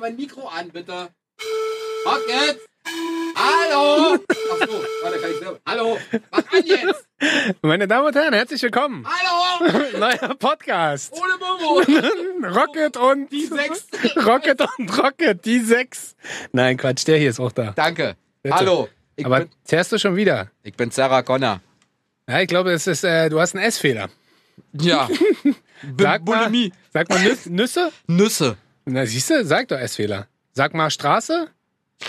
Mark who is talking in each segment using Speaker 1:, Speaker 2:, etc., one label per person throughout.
Speaker 1: mein Mikro an, bitte. Mach jetzt! Hallo! Ach so, warte, kann ich selber. Hallo! Mach an jetzt!
Speaker 2: Meine Damen und Herren, herzlich willkommen.
Speaker 1: Hallo!
Speaker 2: Neuer Podcast.
Speaker 1: Ohne Momo!
Speaker 2: Rocket und
Speaker 1: Die sechs.
Speaker 2: Rocket und Rocket, die sechs. Nein, Quatsch, der hier ist auch da.
Speaker 1: Danke.
Speaker 2: Bitte.
Speaker 1: Hallo. Ich,
Speaker 2: Aber
Speaker 1: bin,
Speaker 2: zerrst du schon wieder?
Speaker 1: ich bin Sarah Connor.
Speaker 2: Ja, ich glaube, es ist, äh, du hast einen Essfehler.
Speaker 1: Ja.
Speaker 2: Sag mal,
Speaker 1: Bulimie.
Speaker 2: sag mal Nüs Nüsse.
Speaker 1: Nüsse.
Speaker 2: Na, siehst du, sag doch Essfehler. Sag mal Straße.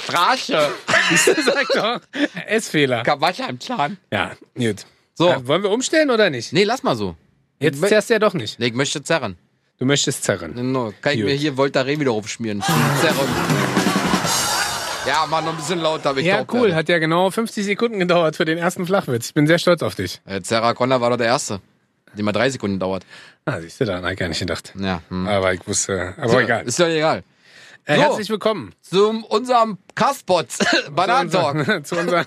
Speaker 1: Brasche.
Speaker 2: Siehst du, sag doch Essfehler.
Speaker 1: Wasser im Zahn.
Speaker 2: Ja, gut.
Speaker 1: So.
Speaker 2: Äh, wollen wir umstellen oder nicht?
Speaker 1: Nee, lass mal so.
Speaker 2: Jetzt zerrst du ja doch nicht.
Speaker 1: Nee, ich möchte zerren.
Speaker 2: Du möchtest zerren.
Speaker 1: No, kann ich
Speaker 2: Gut.
Speaker 1: mir hier Voltaren wieder aufschmieren. Zerren. Ja, mach noch ein bisschen lauter. hab Ich
Speaker 2: Ja,
Speaker 1: doch
Speaker 2: cool.
Speaker 1: gerne.
Speaker 2: Hat ja genau 50 Sekunden gedauert für den ersten Flachwitz. Ich bin sehr stolz auf dich.
Speaker 1: Äh, Sarah Connor war doch der Erste, die mal drei Sekunden dauert.
Speaker 2: Ah, siehst du, daran habe ich gar nicht gedacht.
Speaker 1: Ja. Hm.
Speaker 2: Aber ich wusste, aber egal.
Speaker 1: Ist ja egal.
Speaker 2: Äh,
Speaker 1: so.
Speaker 2: herzlich willkommen
Speaker 1: Zu unserem Kaspots, Bananentalk.
Speaker 2: zu, unser,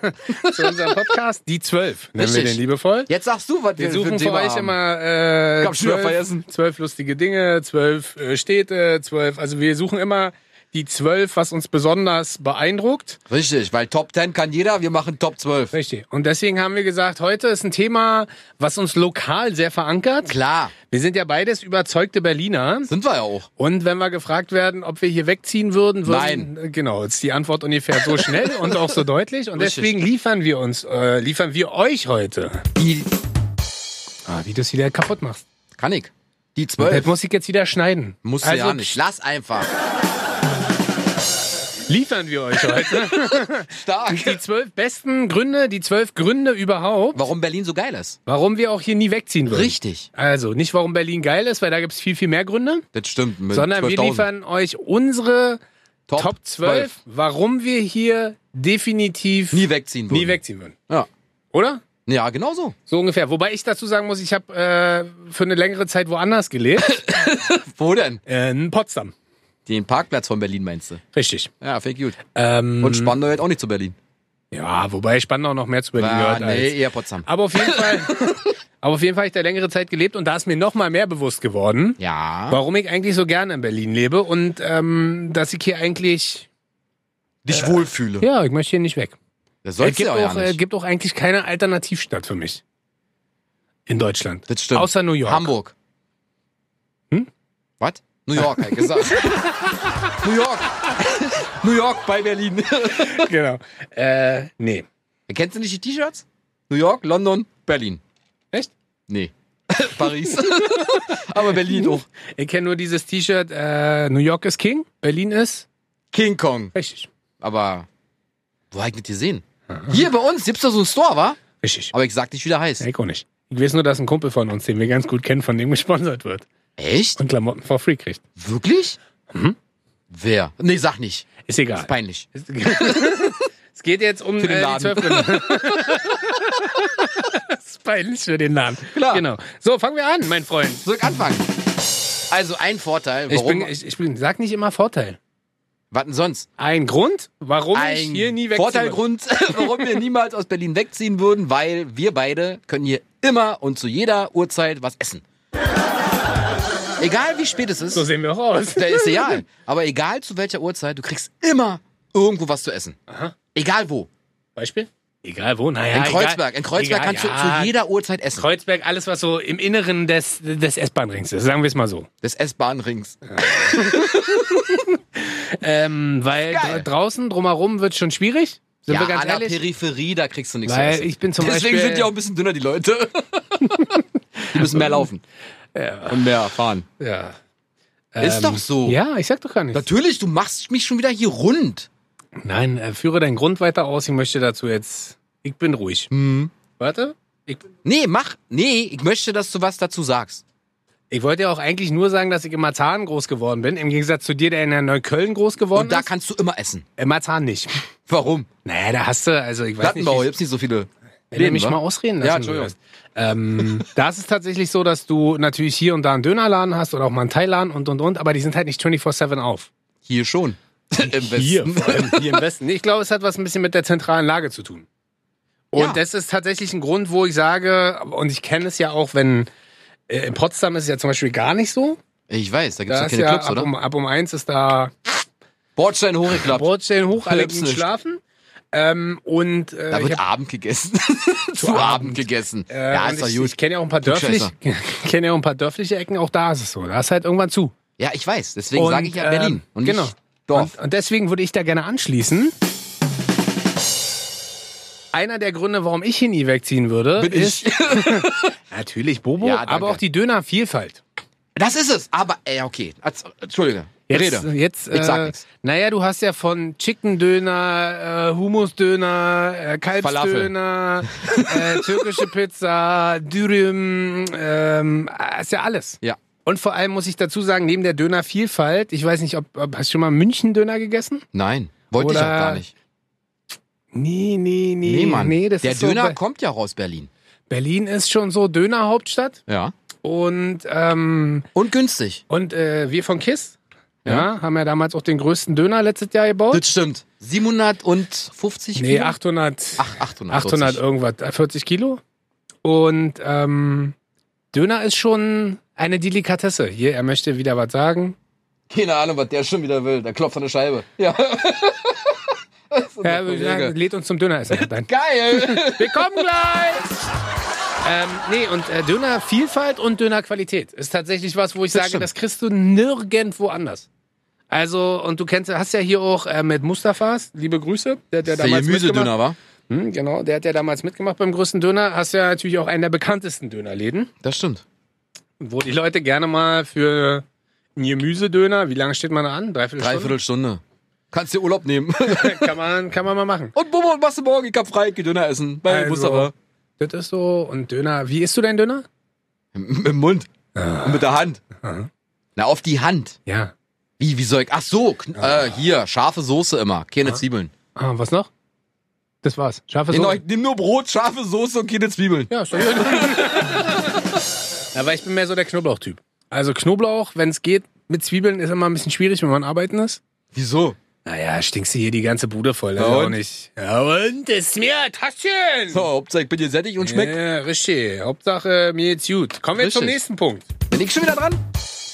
Speaker 2: zu unserem Podcast Die Zwölf, nennen wir
Speaker 1: Richtig.
Speaker 2: den liebevoll.
Speaker 1: Jetzt sagst du, was
Speaker 2: Wir
Speaker 1: wir für ein
Speaker 2: suchen für
Speaker 1: Thema
Speaker 2: euch
Speaker 1: haben.
Speaker 2: immer äh,
Speaker 1: Ich hab schon wieder vergessen.
Speaker 2: zwölf lustige Dinge, zwölf äh, Städte, zwölf, also wir suchen immer die zwölf, was uns besonders beeindruckt.
Speaker 1: Richtig, weil Top 10 kann jeder, wir machen Top 12.
Speaker 2: Richtig. Und deswegen haben wir gesagt, heute ist ein Thema, was uns lokal sehr verankert.
Speaker 1: Klar,
Speaker 2: Wir sind ja beides überzeugte Berliner.
Speaker 1: sind wir ja auch.
Speaker 2: Und wenn wir gefragt werden, ob wir hier wegziehen würden, würden Nein. Genau, ist die Antwort ungefähr so schnell und auch so deutlich. Und
Speaker 1: Richtig.
Speaker 2: deswegen liefern wir uns, äh, liefern wir euch heute.
Speaker 1: Die,
Speaker 2: Ah, wie du es wieder kaputt machst.
Speaker 1: kann ich. Die
Speaker 2: Das
Speaker 1: 12
Speaker 2: muss ich jetzt wieder schneiden.
Speaker 1: musst du
Speaker 2: also,
Speaker 1: ja nicht. Lass einfach.
Speaker 2: Liefern wir euch heute die
Speaker 1: Stark.
Speaker 2: zwölf besten Gründe, die zwölf Gründe überhaupt,
Speaker 1: Warum Berlin so geil ist.
Speaker 2: warum wir auch hier nie wegziehen würden.
Speaker 1: Richtig.
Speaker 2: Also nicht, warum Berlin geil ist, weil da gibt's viel, viel mehr Gründe,
Speaker 1: Das stimmt. Mit
Speaker 2: sondern wir
Speaker 1: 12.000.
Speaker 2: liefern euch unsere Top, 12, warum wir hier definitiv
Speaker 1: Nie wegziehen würden.
Speaker 2: nie wegziehen würden.
Speaker 1: Ja.
Speaker 2: Oder?
Speaker 1: ja, genau so.
Speaker 2: So ungefähr. Wobei ich dazu sagen muss, ich habe äh, für eine längere Zeit woanders gelebt.
Speaker 1: Wo denn?
Speaker 2: Äh, in Potsdam.
Speaker 1: Den Parkplatz von Berlin meinst du?
Speaker 2: Richtig.
Speaker 1: Ja, fake gut.
Speaker 2: Ähm,
Speaker 1: Und Spandau gehört auch nicht zu Berlin.
Speaker 2: ja, wobei Spandau noch mehr zu Berlin
Speaker 1: Ah,
Speaker 2: gehört
Speaker 1: nee,
Speaker 2: als.
Speaker 1: eher Potsdam.
Speaker 2: Aber auf jeden Fall. aber auf jeden Fall habe ich da längere Zeit gelebt und da ist mir noch mal mehr bewusst geworden,
Speaker 1: Ja.
Speaker 2: warum ich eigentlich so gerne in Berlin lebe und ähm, dass ich hier eigentlich.
Speaker 1: Dich wohlfühle.
Speaker 2: Ja, ich möchte hier nicht weg.
Speaker 1: Das
Speaker 2: Äh, Es
Speaker 1: sollst du
Speaker 2: gibt,
Speaker 1: ja
Speaker 2: auch,
Speaker 1: auch
Speaker 2: äh,
Speaker 1: nicht.
Speaker 2: gibt auch eigentlich keine Alternativstadt für mich. In Deutschland.
Speaker 1: Das stimmt.
Speaker 2: Außer New York. Hm?
Speaker 1: Hamburg. Was? New York, hab ich gesagt. New York. New York bei Berlin.
Speaker 2: genau. Äh, nee.
Speaker 1: Kennst du nicht die T-Shirts? New York, London, Berlin.
Speaker 2: Echt?
Speaker 1: Nee. Paris. Aber Berlin auch.
Speaker 2: Ich kenne nur dieses T-Shirt, äh, New York ist King, Berlin ist.
Speaker 1: King Kong.
Speaker 2: Richtig.
Speaker 1: Aber wo hab ich das gesehen? Hier bei uns gibt's da so einen Store, wa?
Speaker 2: Richtig.
Speaker 1: Aber ich sag nicht, wie der heißt.
Speaker 2: Ja, ich auch nicht. Ich weiß nur, dass ein Kumpel von uns, den wir ganz gut kennen, von dem gesponsert wird
Speaker 1: Echt?
Speaker 2: und Klamotten for free kriegt.
Speaker 1: Wirklich?
Speaker 2: Hm?
Speaker 1: Wer? Nee, sag nicht.
Speaker 2: Ist egal.
Speaker 1: Peinlich.
Speaker 2: Es- es geht jetzt um
Speaker 1: Für den
Speaker 2: äh, die
Speaker 1: Laden.
Speaker 2: 12 Gründe. Das ist peinlich für den Namen.
Speaker 1: Klar.
Speaker 2: Genau. So, fangen wir an, mein Freund.
Speaker 1: Soll ich anfangen? Also ein Vorteil,
Speaker 2: Ich
Speaker 1: warum...
Speaker 2: bin, ich, ich bin, sag nicht immer Vorteil.
Speaker 1: was denn sonst?
Speaker 2: Ein Grund, warum ich
Speaker 1: ein
Speaker 2: hier nie wegziehe.
Speaker 1: Vorteilgrund, warum wir niemals aus Berlin wegziehen würden, weil wir beide können hier immer und zu jeder Uhrzeit was essen. Egal wie spät es ist,
Speaker 2: So sehen wir auch aus.
Speaker 1: da ist egal. Aber egal zu welcher Uhrzeit, du kriegst immer irgendwo was zu essen. Egal wo.
Speaker 2: Beispiel? Egal wo, naja.
Speaker 1: In
Speaker 2: egal.
Speaker 1: Kreuzberg. In Kreuzberg
Speaker 2: Egal,
Speaker 1: kannst du
Speaker 2: ja,
Speaker 1: zu jeder Uhrzeit essen.
Speaker 2: Kreuzberg, alles, was so im Inneren des, des S-Bahn-Rings ist, sagen wir es mal so.
Speaker 1: Des S-Bahn-Rings.
Speaker 2: Ähm, weil
Speaker 1: Geil.
Speaker 2: dra- draußen drumherum wird schon schwierig. Sind
Speaker 1: Ja,
Speaker 2: wir
Speaker 1: an
Speaker 2: ganz
Speaker 1: der
Speaker 2: ehrlich?
Speaker 1: Peripherie, da kriegst du nichts zu
Speaker 2: Weil
Speaker 1: essen.
Speaker 2: ich bin zum
Speaker 1: Deswegen
Speaker 2: Beispiel-
Speaker 1: sind ja auch ein bisschen dünner, die Leute. die müssen mehr laufen. Und mehr fahren.
Speaker 2: Ja.
Speaker 1: ist doch so.
Speaker 2: Ähm, Ja, ich sag doch gar nichts.
Speaker 1: Natürlich, du machst mich schon wieder hier rund.
Speaker 2: Nein, äh, führe deinen Grund weiter aus. Ich möchte dazu jetzt. Ich bin ruhig.
Speaker 1: Mhm.
Speaker 2: Warte. Ich,
Speaker 1: Nee, mach. Nee, ich möchte, dass du was dazu sagst.
Speaker 2: ich wollte ja auch eigentlich nur sagen, dass ich in Marzahn groß geworden bin. Im Gegensatz zu dir, der in der Neukölln groß geworden
Speaker 1: Und da
Speaker 2: ist.
Speaker 1: kannst du immer essen.
Speaker 2: In Marzahn nicht.
Speaker 1: Warum?
Speaker 2: Naja, da hast du, also ich weiß nicht.
Speaker 1: Plattenbau,
Speaker 2: wie's-
Speaker 1: jetzt nicht so viele.
Speaker 2: Wenn du
Speaker 1: Läden,
Speaker 2: mich
Speaker 1: wa?
Speaker 2: mal ausreden lassen
Speaker 1: Ja, Entschuldigung.
Speaker 2: würdest. Ähm, da ist es tatsächlich so, dass du natürlich hier und da einen Dönerladen hast oder auch mal einen Thailaden und und und, aber die sind halt nicht 24-7 auf.
Speaker 1: Hier schon. Im Westen.
Speaker 2: Hier, vor allem hier im Westen. Nee, Ich glaube, es hat was ein bisschen mit der zentralen Lage zu tun. Und
Speaker 1: Ja.
Speaker 2: das ist tatsächlich ein Grund, wo ich sage, und ich kenne es ja auch, wenn äh, in Potsdam ist es ja zum Beispiel gar nicht so.
Speaker 1: Ich weiß, da gibt's ja
Speaker 2: Da ist
Speaker 1: keine
Speaker 2: ja um,
Speaker 1: Clubs,
Speaker 2: ab
Speaker 1: oder?
Speaker 2: um, ab um eins ist da
Speaker 1: Bordstein hochgeklappt.
Speaker 2: Brotstellen hoch, alle gehen
Speaker 1: Ellipsisch.
Speaker 2: schlafen. Ähm, und äh,
Speaker 1: Da
Speaker 2: ich
Speaker 1: wird
Speaker 2: hab-
Speaker 1: Abend gegessen. Zu Abend gegessen.
Speaker 2: Äh,
Speaker 1: ja,
Speaker 2: und
Speaker 1: ist doch
Speaker 2: ich,
Speaker 1: gut.
Speaker 2: Ich kenne ja auch ein paar dörfliche,
Speaker 1: Klugscheißer.
Speaker 2: kenne ja auch ein paar dörfliche Ecken, auch da ist es so. Da ist halt irgendwann zu.
Speaker 1: Ja, ich weiß. Deswegen
Speaker 2: Und,
Speaker 1: sage ich ja
Speaker 2: ähm,
Speaker 1: Berlin und nicht
Speaker 2: genau.
Speaker 1: Dorf.
Speaker 2: Und, und deswegen würde ich da gerne anschließen. Einer der Gründe, warum ich hier nie wegziehen würde,
Speaker 1: Bin
Speaker 2: ist
Speaker 1: ich.
Speaker 2: natürlich Bobo,
Speaker 1: Ja, danke.
Speaker 2: aber auch die Dönervielfalt.
Speaker 1: Das ist es. Aber, äh, okay. Als- Entschuldige.
Speaker 2: Jetzt,
Speaker 1: Rede.
Speaker 2: jetzt,
Speaker 1: Ich sag
Speaker 2: äh,
Speaker 1: nix.
Speaker 2: naja, du hast ja von Chicken-Döner, äh, Hummus-Döner, äh, Kalbsdöner, äh, türkische Pizza, Dürüm, ähm, äh, ist ja alles.
Speaker 1: Ja.
Speaker 2: Und vor allem muss ich dazu sagen, neben der Dönervielfalt, ich weiß nicht, ob, ob hast du schon mal München-Döner gegessen?
Speaker 1: Nein. Wollte ich auch
Speaker 2: Oder-
Speaker 1: gar nicht.
Speaker 2: Nee, nee, nee.
Speaker 1: Nee, Mann.
Speaker 2: Nee, das
Speaker 1: Der
Speaker 2: ist
Speaker 1: Döner
Speaker 2: so, Be-
Speaker 1: kommt ja aus Berlin.
Speaker 2: Berlin ist schon so Dönerhauptstadt
Speaker 1: Ja.
Speaker 2: und, ähm,
Speaker 1: Und günstig.
Speaker 2: und äh, wir von KISS ja. haben ja damals auch den größten Döner letztes Jahr gebaut.
Speaker 1: Das stimmt. 750
Speaker 2: Nee,
Speaker 1: Kilo?
Speaker 2: 800,
Speaker 1: Ach, 840.
Speaker 2: 800 irgendwas, äh, 40 Kilo. Und ähm, Döner ist schon eine Delikatesse. Hier, er möchte wieder was sagen.
Speaker 1: Keine Ahnung, was der schon wieder will. Der klopft an der Scheibe. Ja. Das ist unser
Speaker 2: Er
Speaker 1: Kollege.
Speaker 2: Äh, lädt uns zum Döner essen. Nein.
Speaker 1: Geil.
Speaker 2: Wir kommen gleich! Ähm, nee, und äh, Dönervielfalt und Dönerqualität ist tatsächlich was, wo ich
Speaker 1: Das
Speaker 2: sage,
Speaker 1: stimmt.
Speaker 2: das kriegst du nirgendwo anders. Also, und du kennst, hast ja hier auch äh, mit Mustafas, liebe Grüße, der, der
Speaker 1: Der
Speaker 2: damals mitgemacht.
Speaker 1: Gemüsedöner, war?
Speaker 2: Hm, genau, der hat ja damals mitgemacht beim größten Döner. Hast ja natürlich auch einen der bekanntesten Dönerläden,
Speaker 1: Das stimmt.
Speaker 2: wo die Leute gerne mal für einen Gemüsedöner, wie lange steht man da an? Dreiviertel Stunde?
Speaker 1: Dreiviertelstunde. Kannst dir Urlaub nehmen.
Speaker 2: Kann man, kann man mal machen.
Speaker 1: Und Bobo, was machst du morgen? Ich hab frei, ich geh Döner essen. Bei
Speaker 2: Also.
Speaker 1: Mustafa.
Speaker 2: Das ist so, und Döner, wie isst du deinen Döner?
Speaker 1: Im, Im Mund.
Speaker 2: Ah.
Speaker 1: Und mit der Hand. Na, auf die Hand.
Speaker 2: Ja.
Speaker 1: Wie, wie soll ich? Ach so, kn- äh, hier, scharfe Soße immer. Keine Zwiebeln.
Speaker 2: Ah, was noch? Das war's. Scharfe
Speaker 1: Genau,
Speaker 2: Soße.
Speaker 1: ich nehm nur Brot, scharfe Soße und keine Zwiebeln.
Speaker 2: Ja, ist doch gut. Aber ich bin mehr so der Knoblauchtyp. Also Knoblauch, wenn es geht, mit Zwiebeln ist immer ein bisschen schwierig, wenn man arbeiten ist.
Speaker 1: Wieso?
Speaker 2: Naja, stinkst du hier die ganze Bude voll. Das
Speaker 1: Ja,
Speaker 2: ist auch
Speaker 1: und?
Speaker 2: nicht. Ja, und ist mir Taschen.
Speaker 1: So, Hauptsache, ich bin dir sättig und schmeckt.
Speaker 2: Ja, richtig. Hauptsache, mir geht's gut. Kommen wir jetzt zum
Speaker 1: Richtig.
Speaker 2: nächsten Punkt.
Speaker 1: Bin ich schon wieder dran?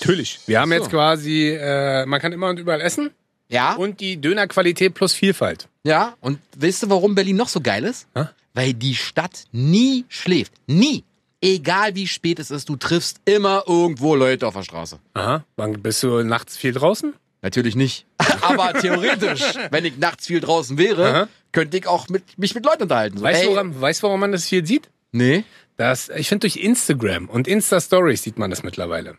Speaker 2: Natürlich. Wir haben
Speaker 1: So.
Speaker 2: jetzt quasi, äh, man kann immer und überall essen
Speaker 1: Ja.
Speaker 2: und die Dönerqualität plus Vielfalt.
Speaker 1: Ja, und weißt du, warum Berlin noch so geil ist?
Speaker 2: Hä?
Speaker 1: Weil die Stadt nie schläft. Nie. Egal wie spät es ist, du triffst immer irgendwo Leute auf der Straße.
Speaker 2: Aha. Wann bist du nachts viel draußen?
Speaker 1: Natürlich nicht. Aber theoretisch, wenn ich nachts viel draußen wäre,
Speaker 2: Aha.
Speaker 1: könnte ich auch mit, mich mit Leuten unterhalten. So,
Speaker 2: Weißt
Speaker 1: ey,
Speaker 2: du, woran, weißt, du, warum man das viel sieht?
Speaker 1: Nee.
Speaker 2: Das, ich finde, durch Instagram und Insta-Stories sieht man das mittlerweile.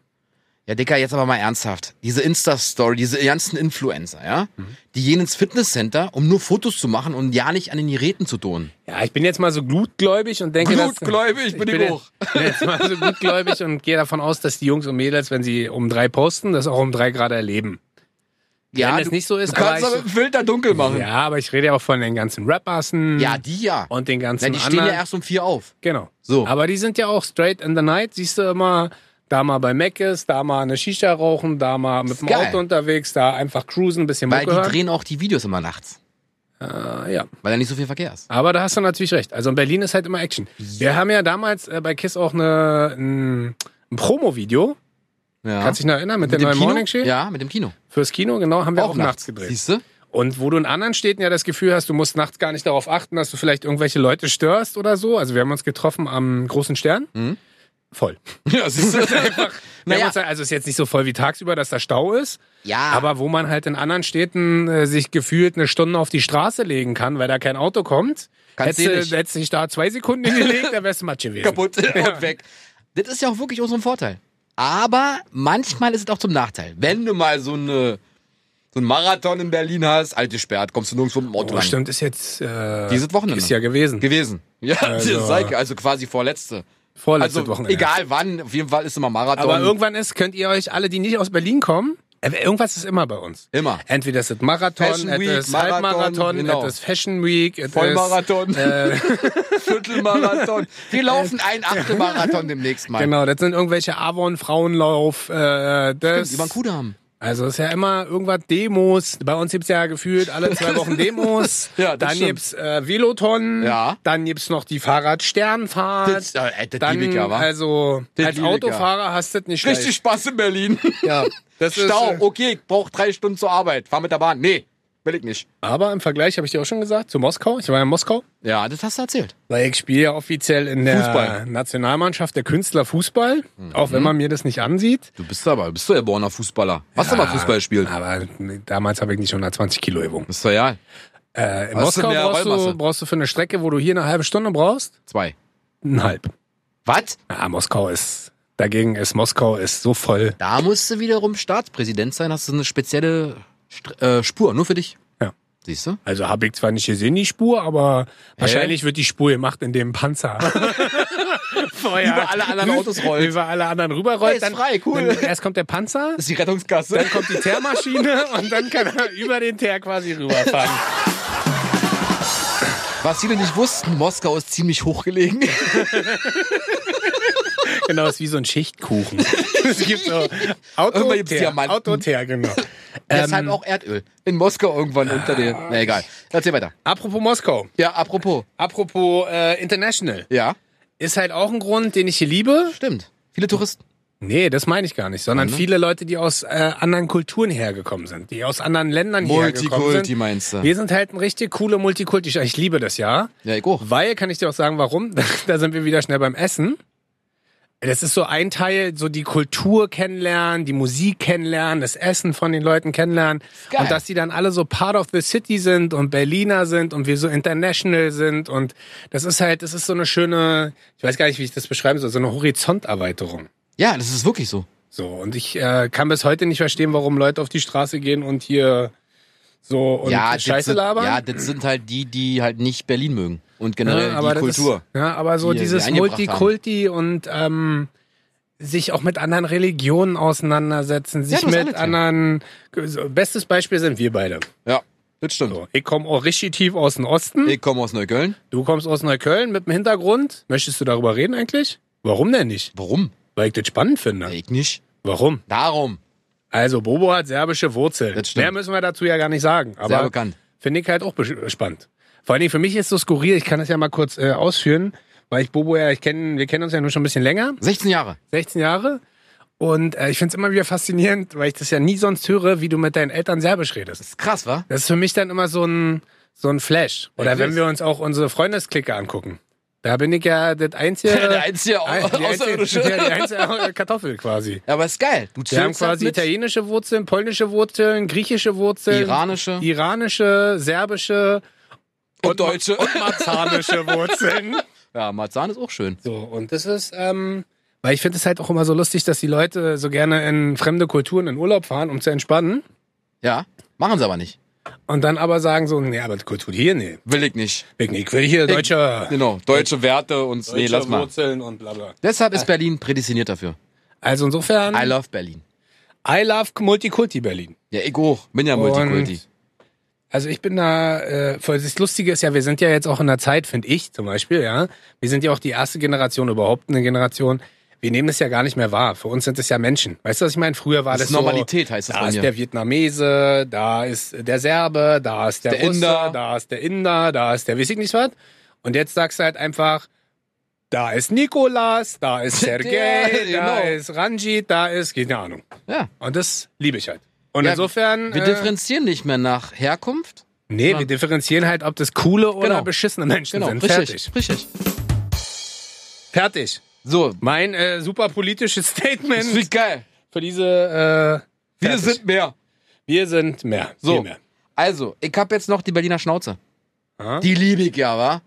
Speaker 1: Ja, Dicker, jetzt aber mal ernsthaft. Diese Insta-Story, diese ganzen Influencer, ja?
Speaker 2: Mhm.
Speaker 1: Die gehen ins Fitnesscenter, um nur Fotos zu machen und ja nicht an den Geräten zu tun.
Speaker 2: Ja, ich bin jetzt mal so glutgläubig und denke, dass-
Speaker 1: Glutgläubig bin ich auch.
Speaker 2: Jetzt, bin jetzt mal so glutgläubig und gehe davon aus, dass die Jungs und Mädels, wenn sie um drei posten, das auch um drei gerade erleben. Wenn das
Speaker 1: du-
Speaker 2: nicht so ist,
Speaker 1: du kannst
Speaker 2: aber
Speaker 1: aber
Speaker 2: ich-
Speaker 1: im Filter dunkel machen.
Speaker 2: Ja, aber ich rede ja auch von den ganzen Rappersen
Speaker 1: Ja, die ja.
Speaker 2: und den ganzen
Speaker 1: Na, die stehen
Speaker 2: anderen.
Speaker 1: ja erst um vier auf.
Speaker 2: genau.
Speaker 1: So.
Speaker 2: Aber die sind ja auch straight in the night. Siehst du immer, da mal bei Mac ist, da mal eine Shisha rauchen, da mal mit dem
Speaker 1: Geil.
Speaker 2: Auto unterwegs, da einfach cruisen, ein bisschen
Speaker 1: Weil
Speaker 2: Mucke
Speaker 1: die
Speaker 2: hören.
Speaker 1: drehen auch die Videos immer nachts,
Speaker 2: Ah, ja.
Speaker 1: weil da nicht so viel Verkehr ist.
Speaker 2: Aber da hast du natürlich recht. Also in Berlin ist halt immer Action. Wir haben ja damals äh, bei KISS auch eine, ein, ein Promo-Video.
Speaker 1: Ja.
Speaker 2: Kannst dich noch erinnern? Mit,
Speaker 1: mit
Speaker 2: der
Speaker 1: dem
Speaker 2: neuen
Speaker 1: Kino?
Speaker 2: Morning Show?
Speaker 1: Ja, mit dem Kino.
Speaker 2: Fürs Kino, genau, haben wir auch, nachts gedreht.
Speaker 1: Siehst du?
Speaker 2: Und wo du in anderen Städten ja das Gefühl hast, du musst nachts gar nicht darauf achten, dass du vielleicht irgendwelche Leute störst oder so. Also wir haben uns getroffen am Großen Stern.
Speaker 1: Mhm.
Speaker 2: Voll.
Speaker 1: Ja, siehst du?
Speaker 2: Wir
Speaker 1: Naja.
Speaker 2: haben uns, halt- also es ist jetzt nicht so voll wie tagsüber, dass da Stau ist,
Speaker 1: ja,
Speaker 2: aber wo man halt in anderen Städten äh, sich gefühlt eine Stunde auf die Straße legen kann, weil da kein Auto kommt.
Speaker 1: Kannst du
Speaker 2: Hättest
Speaker 1: nicht.
Speaker 2: du hättest dich da zwei Sekunden hingelegt, dann wärst du Matsch gewesen.
Speaker 1: kaputt und weg. Das ist ja auch wirklich unserem Vorteil. Aber manchmal ist es auch zum Nachteil. Wenn du mal so eine so einen Marathon in Berlin hast, alte Sperrt, kommst du nirgendwo mit dem Auto
Speaker 2: Oh,
Speaker 1: rein.
Speaker 2: stimmt, ist jetzt äh,
Speaker 1: Dieses Wochenende.
Speaker 2: Ist ja gewesen.
Speaker 1: Gewesen. Ja,
Speaker 2: Also-
Speaker 1: also, also quasi vorletzte.
Speaker 2: Vorletztes
Speaker 1: Also
Speaker 2: Wochenende.
Speaker 1: egal wann, auf jeden Fall ist immer Marathon.
Speaker 2: Aber irgendwann ist, könnt ihr euch alle, die nicht aus Berlin kommen, äh, irgendwas ist immer bei uns.
Speaker 1: Immer.
Speaker 2: Entweder ist es Marathon,
Speaker 1: Fashion
Speaker 2: es
Speaker 1: Week,
Speaker 2: ist
Speaker 1: Marathon,
Speaker 2: Halbmarathon,
Speaker 1: genau.
Speaker 2: es ist Fashion Week, es
Speaker 1: Vollmarathon.
Speaker 2: ist... Äh,
Speaker 1: Viertelmarathon. Wir laufen einen Achtelmarathon demnächst mal.
Speaker 2: genau, das sind irgendwelche Avon, Frauenlauf, äh, das...
Speaker 1: Über den Kudamm.
Speaker 2: Also ist ja immer irgendwas Demos. Bei uns gibt's ja gefühlt alle zwei Wochen Demos.
Speaker 1: Ja, das
Speaker 2: dann
Speaker 1: stimmt.
Speaker 2: gibt's äh, Veloton.
Speaker 1: Ja.
Speaker 2: Dann gibt's noch die Fahrradsternfahrt.
Speaker 1: Das- ja, ey, das
Speaker 2: dann,
Speaker 1: lieb ich ja, wa?
Speaker 2: also
Speaker 1: Das
Speaker 2: als
Speaker 1: lieb ich ja.
Speaker 2: Autofahrer hast du das nicht
Speaker 1: Richtig Spaß in Berlin.
Speaker 2: leicht. Ja, das ist,
Speaker 1: Stau,
Speaker 2: äh,
Speaker 1: okay, ich brauche drei Stunden zur Arbeit. Fahr mit der Bahn. Nee, will ich nicht.
Speaker 2: Aber im Vergleich habe ich dir auch schon gesagt zu Moskau. Ich war ja in Moskau.
Speaker 1: Ja, das hast du erzählt.
Speaker 2: Weil ich spiele ja offiziell in der
Speaker 1: Fußball. Mhm.
Speaker 2: Nationalmannschaft der Künstler Fußball, auch wenn man mir das nicht ansieht.
Speaker 1: Du bist aber, bist du ja geborener Fußballer. Hast du mal Fußball gespielt?
Speaker 2: Aber damals habe ich nicht 120 Kilo gewogen.
Speaker 1: Ist ja
Speaker 2: Äh, in
Speaker 1: Hast du
Speaker 2: Moskau
Speaker 1: mehr
Speaker 2: brauchst du,
Speaker 1: Rollmasse?
Speaker 2: brauchst du für eine Strecke, wo du hier eine halbe Stunde brauchst,
Speaker 1: zwei.
Speaker 2: eineinhalb.
Speaker 1: Was?
Speaker 2: Ja, Moskau ist, dagegen ist Moskau ist so voll.
Speaker 1: Da musst du wiederum Staatspräsident sein. Hast du eine spezielle Str- äh, Spur, nur für dich.
Speaker 2: Ja.
Speaker 1: Siehst du?
Speaker 2: Also habe ich zwar nicht gesehen, die Spur, aber wahrscheinlich wird die Spur gemacht, in dem Panzer Feuer.
Speaker 1: Über alle anderen Autos rollt.
Speaker 2: Über alle anderen rüberrollt.
Speaker 1: Hey, ist frei, cool.
Speaker 2: Dann, erst kommt der Panzer,
Speaker 1: Das ist die Rettungskasse.
Speaker 2: dann kommt die Teermaschine und dann kann er über den Teer quasi rüberfahren.
Speaker 1: Was viele nicht wussten, Moskau ist ziemlich hochgelegen.
Speaker 2: Genau, ist wie so ein Schichtkuchen. Es gibt so
Speaker 1: Irgendwann gibt's
Speaker 2: Autoteer,
Speaker 1: Diamanten. halt-
Speaker 2: Autoteer, genau.
Speaker 1: Deshalb auch Erdöl. In Moskau irgendwann unter dir. Na egal. Erzähl weiter.
Speaker 2: Apropos Moskau,
Speaker 1: Ja, apropos.
Speaker 2: apropos äh, International,
Speaker 1: Ja,
Speaker 2: ist halt auch ein Grund, den ich hier liebe.
Speaker 1: stimmt. Viele Touristen.
Speaker 2: Nee, das meine ich gar nicht,
Speaker 1: Mhm.
Speaker 2: sondern viele Leute, die aus äh, anderen Kulturen hergekommen sind, die aus anderen Ländern hergekommen
Speaker 1: Multikulti
Speaker 2: sind.
Speaker 1: meinst du?
Speaker 2: Wir sind halt ein richtig coole Multikulti. Ich liebe das ja.
Speaker 1: Ja, ich auch.
Speaker 2: Weil, kann ich dir auch sagen, warum? Da sind wir wieder schnell beim Essen. Das ist so ein Teil, so die Kultur kennenlernen, die Musik kennenlernen, das Essen von den Leuten kennenlernen.
Speaker 1: Geil.
Speaker 2: Und dass die dann alle so part of the city sind und Berliner sind und wir so international sind. Und das ist halt, das ist so eine schöne, ich weiß gar nicht, wie ich das beschreiben soll, so eine Horizonterweiterung.
Speaker 1: Ja, das ist wirklich so.
Speaker 2: So, und ich äh, kann bis heute nicht verstehen, warum Leute auf die Straße gehen und hier so und
Speaker 1: ja, das
Speaker 2: Scheiße
Speaker 1: sind,
Speaker 2: labern.
Speaker 1: ja, das sind halt die, die halt nicht Berlin mögen. Und generell
Speaker 2: Ja, aber
Speaker 1: Ne, die
Speaker 2: das
Speaker 1: Kultur.
Speaker 2: Ist, ja, aber so
Speaker 1: die- die
Speaker 2: dieses
Speaker 1: eingebracht haben.
Speaker 2: Multikulti und ähm, sich auch mit anderen Religionen auseinandersetzen, sich
Speaker 1: das
Speaker 2: mit
Speaker 1: alles, ja.
Speaker 2: anderen. so, Bestes Beispiel sind wir beide.
Speaker 1: Ja, das stimmt.
Speaker 2: So, ich komme auch richtig tief aus dem Osten.
Speaker 1: Ich komme aus Neukölln.
Speaker 2: Du kommst aus Neukölln mit dem Hintergrund. Möchtest du darüber reden eigentlich? Warum denn nicht?
Speaker 1: Warum?
Speaker 2: Weil ich das spannend finde.
Speaker 1: Ich nicht.
Speaker 2: Warum?
Speaker 1: Darum.
Speaker 2: Also Bobo hat serbische Wurzeln.
Speaker 1: Das stimmt.
Speaker 2: Mehr müssen wir dazu ja gar nicht sagen.
Speaker 1: Sehr
Speaker 2: Aber
Speaker 1: bekannt.
Speaker 2: Finde ich halt auch besch- spannend. Vor allen Dingen für mich ist so skurril, ich kann das ja mal kurz äh, ausführen, weil ich Bobo ja, ich kenne, wir kennen uns ja nun schon ein bisschen länger,
Speaker 1: 16 Jahre.
Speaker 2: 16 Jahre. Und äh, ich finde es immer wieder faszinierend, weil ich das ja nie sonst höre, wie du mit deinen Eltern Serbisch redest.
Speaker 1: Das ist krass, wa?
Speaker 2: Das ist für mich dann immer so ein, so ein Flash. Oder
Speaker 1: Ja,
Speaker 2: wenn
Speaker 1: das-
Speaker 2: wir uns auch unsere Freundesklicke angucken. Da bin ich ja das einzige.
Speaker 1: Der einzige Au-
Speaker 2: ein- die
Speaker 1: Außerirdische.
Speaker 2: einzige- Ja, die einzige Kartoffel quasi.
Speaker 1: Ja, aber ist geil. Du
Speaker 2: Wir haben
Speaker 1: zählst
Speaker 2: quasi
Speaker 1: mit
Speaker 2: italienische Wurzeln, polnische Wurzeln, griechische Wurzeln,
Speaker 1: iranische
Speaker 2: iranische, serbische
Speaker 1: und deutsche.
Speaker 2: und marzanische Wurzeln.
Speaker 1: Ja, Marzahn ist auch schön.
Speaker 2: So, und das ist, ähm, weil ich finde es halt auch immer so lustig, dass die Leute so gerne in fremde Kulturen in Urlaub fahren, um zu entspannen.
Speaker 1: Ja, machen sie aber nicht.
Speaker 2: Und dann aber sagen so, nee, aber die Kultur hier, nee.
Speaker 1: Will ich nicht.
Speaker 2: Ich ich will hier deutsche,
Speaker 1: Genau, deutsche Werte und nee, lass
Speaker 2: deutsche
Speaker 1: mal.
Speaker 2: Wurzeln und bla bla.
Speaker 1: Deshalb ist Berlin prädestiniert dafür.
Speaker 2: Also insofern,
Speaker 1: I love Berlin.
Speaker 2: I love Multikulti Berlin.
Speaker 1: Ja, ich auch. Bin ja Multikulti.
Speaker 2: Und Also ich bin da, äh, voll- das Lustige ist ja, wir sind ja jetzt auch in der Zeit, finde ich zum Beispiel, ja, wir sind ja auch die erste Generation, überhaupt eine Generation, wir nehmen es ja gar nicht mehr wahr. Für uns sind es ja Menschen. Weißt du, was ich meine? Früher war
Speaker 1: Das
Speaker 2: das,
Speaker 1: ist Normalität,
Speaker 2: so,
Speaker 1: heißt das
Speaker 2: Da
Speaker 1: bei
Speaker 2: ist
Speaker 1: mir.
Speaker 2: der Vietnamese, da ist der Serbe, da ist der,
Speaker 1: Der
Speaker 2: Russe,
Speaker 1: Inder.
Speaker 2: da ist der Inder, da ist der weiß ich nicht was. Und jetzt sagst du halt einfach, da ist Nikolas, da ist Sergei,
Speaker 1: Der,
Speaker 2: da
Speaker 1: genau.
Speaker 2: ist Ranjit, da ist, keine Ahnung.
Speaker 1: Ja.
Speaker 2: Und das liebe ich halt. Und
Speaker 1: Ja,
Speaker 2: insofern.
Speaker 1: Wir
Speaker 2: äh,
Speaker 1: differenzieren nicht mehr nach Herkunft.
Speaker 2: Nee,
Speaker 1: Ja.
Speaker 2: wir differenzieren halt, ob das coole oder
Speaker 1: Genau.
Speaker 2: beschissene Menschen
Speaker 1: Genau,
Speaker 2: sind. Fertig.
Speaker 1: richtig. Richtig.
Speaker 2: Fertig.
Speaker 1: So,
Speaker 2: Mein äh, super politisches
Speaker 1: das
Speaker 2: Statement
Speaker 1: ist geil.
Speaker 2: für diese. Äh,
Speaker 1: Wir
Speaker 2: fertig.
Speaker 1: sind mehr.
Speaker 2: wir sind mehr.
Speaker 1: So.
Speaker 2: Viel mehr.
Speaker 1: Also, ich hab jetzt noch die Berliner Schnauze.
Speaker 2: Aha.
Speaker 1: Die liebe ich ja, wa?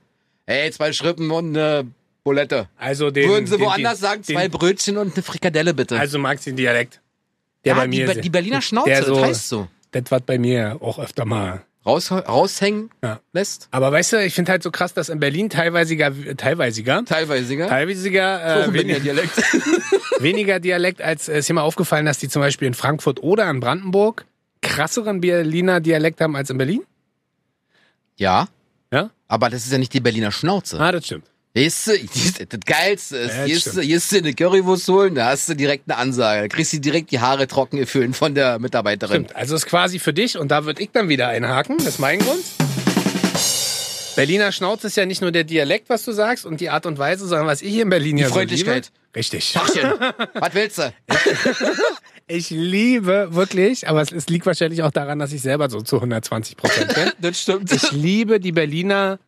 Speaker 1: Ey, zwei Schrippen und eine Bulette.
Speaker 2: Also den.
Speaker 1: Würden sie
Speaker 2: den,
Speaker 1: woanders
Speaker 2: den,
Speaker 1: sagen, zwei
Speaker 2: Den,
Speaker 1: Brötchen und eine Frikadelle bitte.
Speaker 2: also magst du den Dialekt. Der
Speaker 1: ja,
Speaker 2: bei mir.
Speaker 1: die, Be-
Speaker 2: ist-
Speaker 1: die Berliner Schnauze,
Speaker 2: der so,
Speaker 1: das heißt so.
Speaker 2: Das was bei mir auch öfter mal.
Speaker 1: Raus, raushängen
Speaker 2: Ja.
Speaker 1: lässt.
Speaker 2: Aber weißt du, ich finde halt so krass, dass in Berlin teilweisiger, teilweisiger,
Speaker 1: Teilweise, gell?
Speaker 2: teilweisiger äh, wenig,
Speaker 1: Dialekt.
Speaker 2: weniger Dialekt, als äh, ist hier mal aufgefallen, dass die zum Beispiel in Frankfurt oder in Brandenburg krasseren Berliner Dialekt haben als in Berlin?
Speaker 1: ja,
Speaker 2: Ja?
Speaker 1: aber das ist ja nicht die Berliner Schnauze.
Speaker 2: Ah, das stimmt.
Speaker 1: Siehst du, siehst du, das Geilste ist,
Speaker 2: Ja, das
Speaker 1: gehst du,
Speaker 2: stimmt.
Speaker 1: gehst du in eine Currywurst holen, da hast du direkt eine Ansage. Da kriegst du direkt die Haare trocken gefüllt von der Mitarbeiterin.
Speaker 2: Stimmt, also ist quasi für dich und da würde ich dann wieder einhaken, das ist mein Grund. Berliner Schnauze ist ja nicht nur der Dialekt, was du sagst und die Art und Weise, sondern was ich hier in Berlin die ja
Speaker 1: Freundlichkeit.
Speaker 2: So liebe, richtig.
Speaker 1: Tachchen, was willst du?
Speaker 2: Ich liebe wirklich, aber es, es liegt wahrscheinlich auch daran, dass ich selber so zu 120 Prozent bin.
Speaker 1: Das stimmt.
Speaker 2: Ich liebe die Berliner,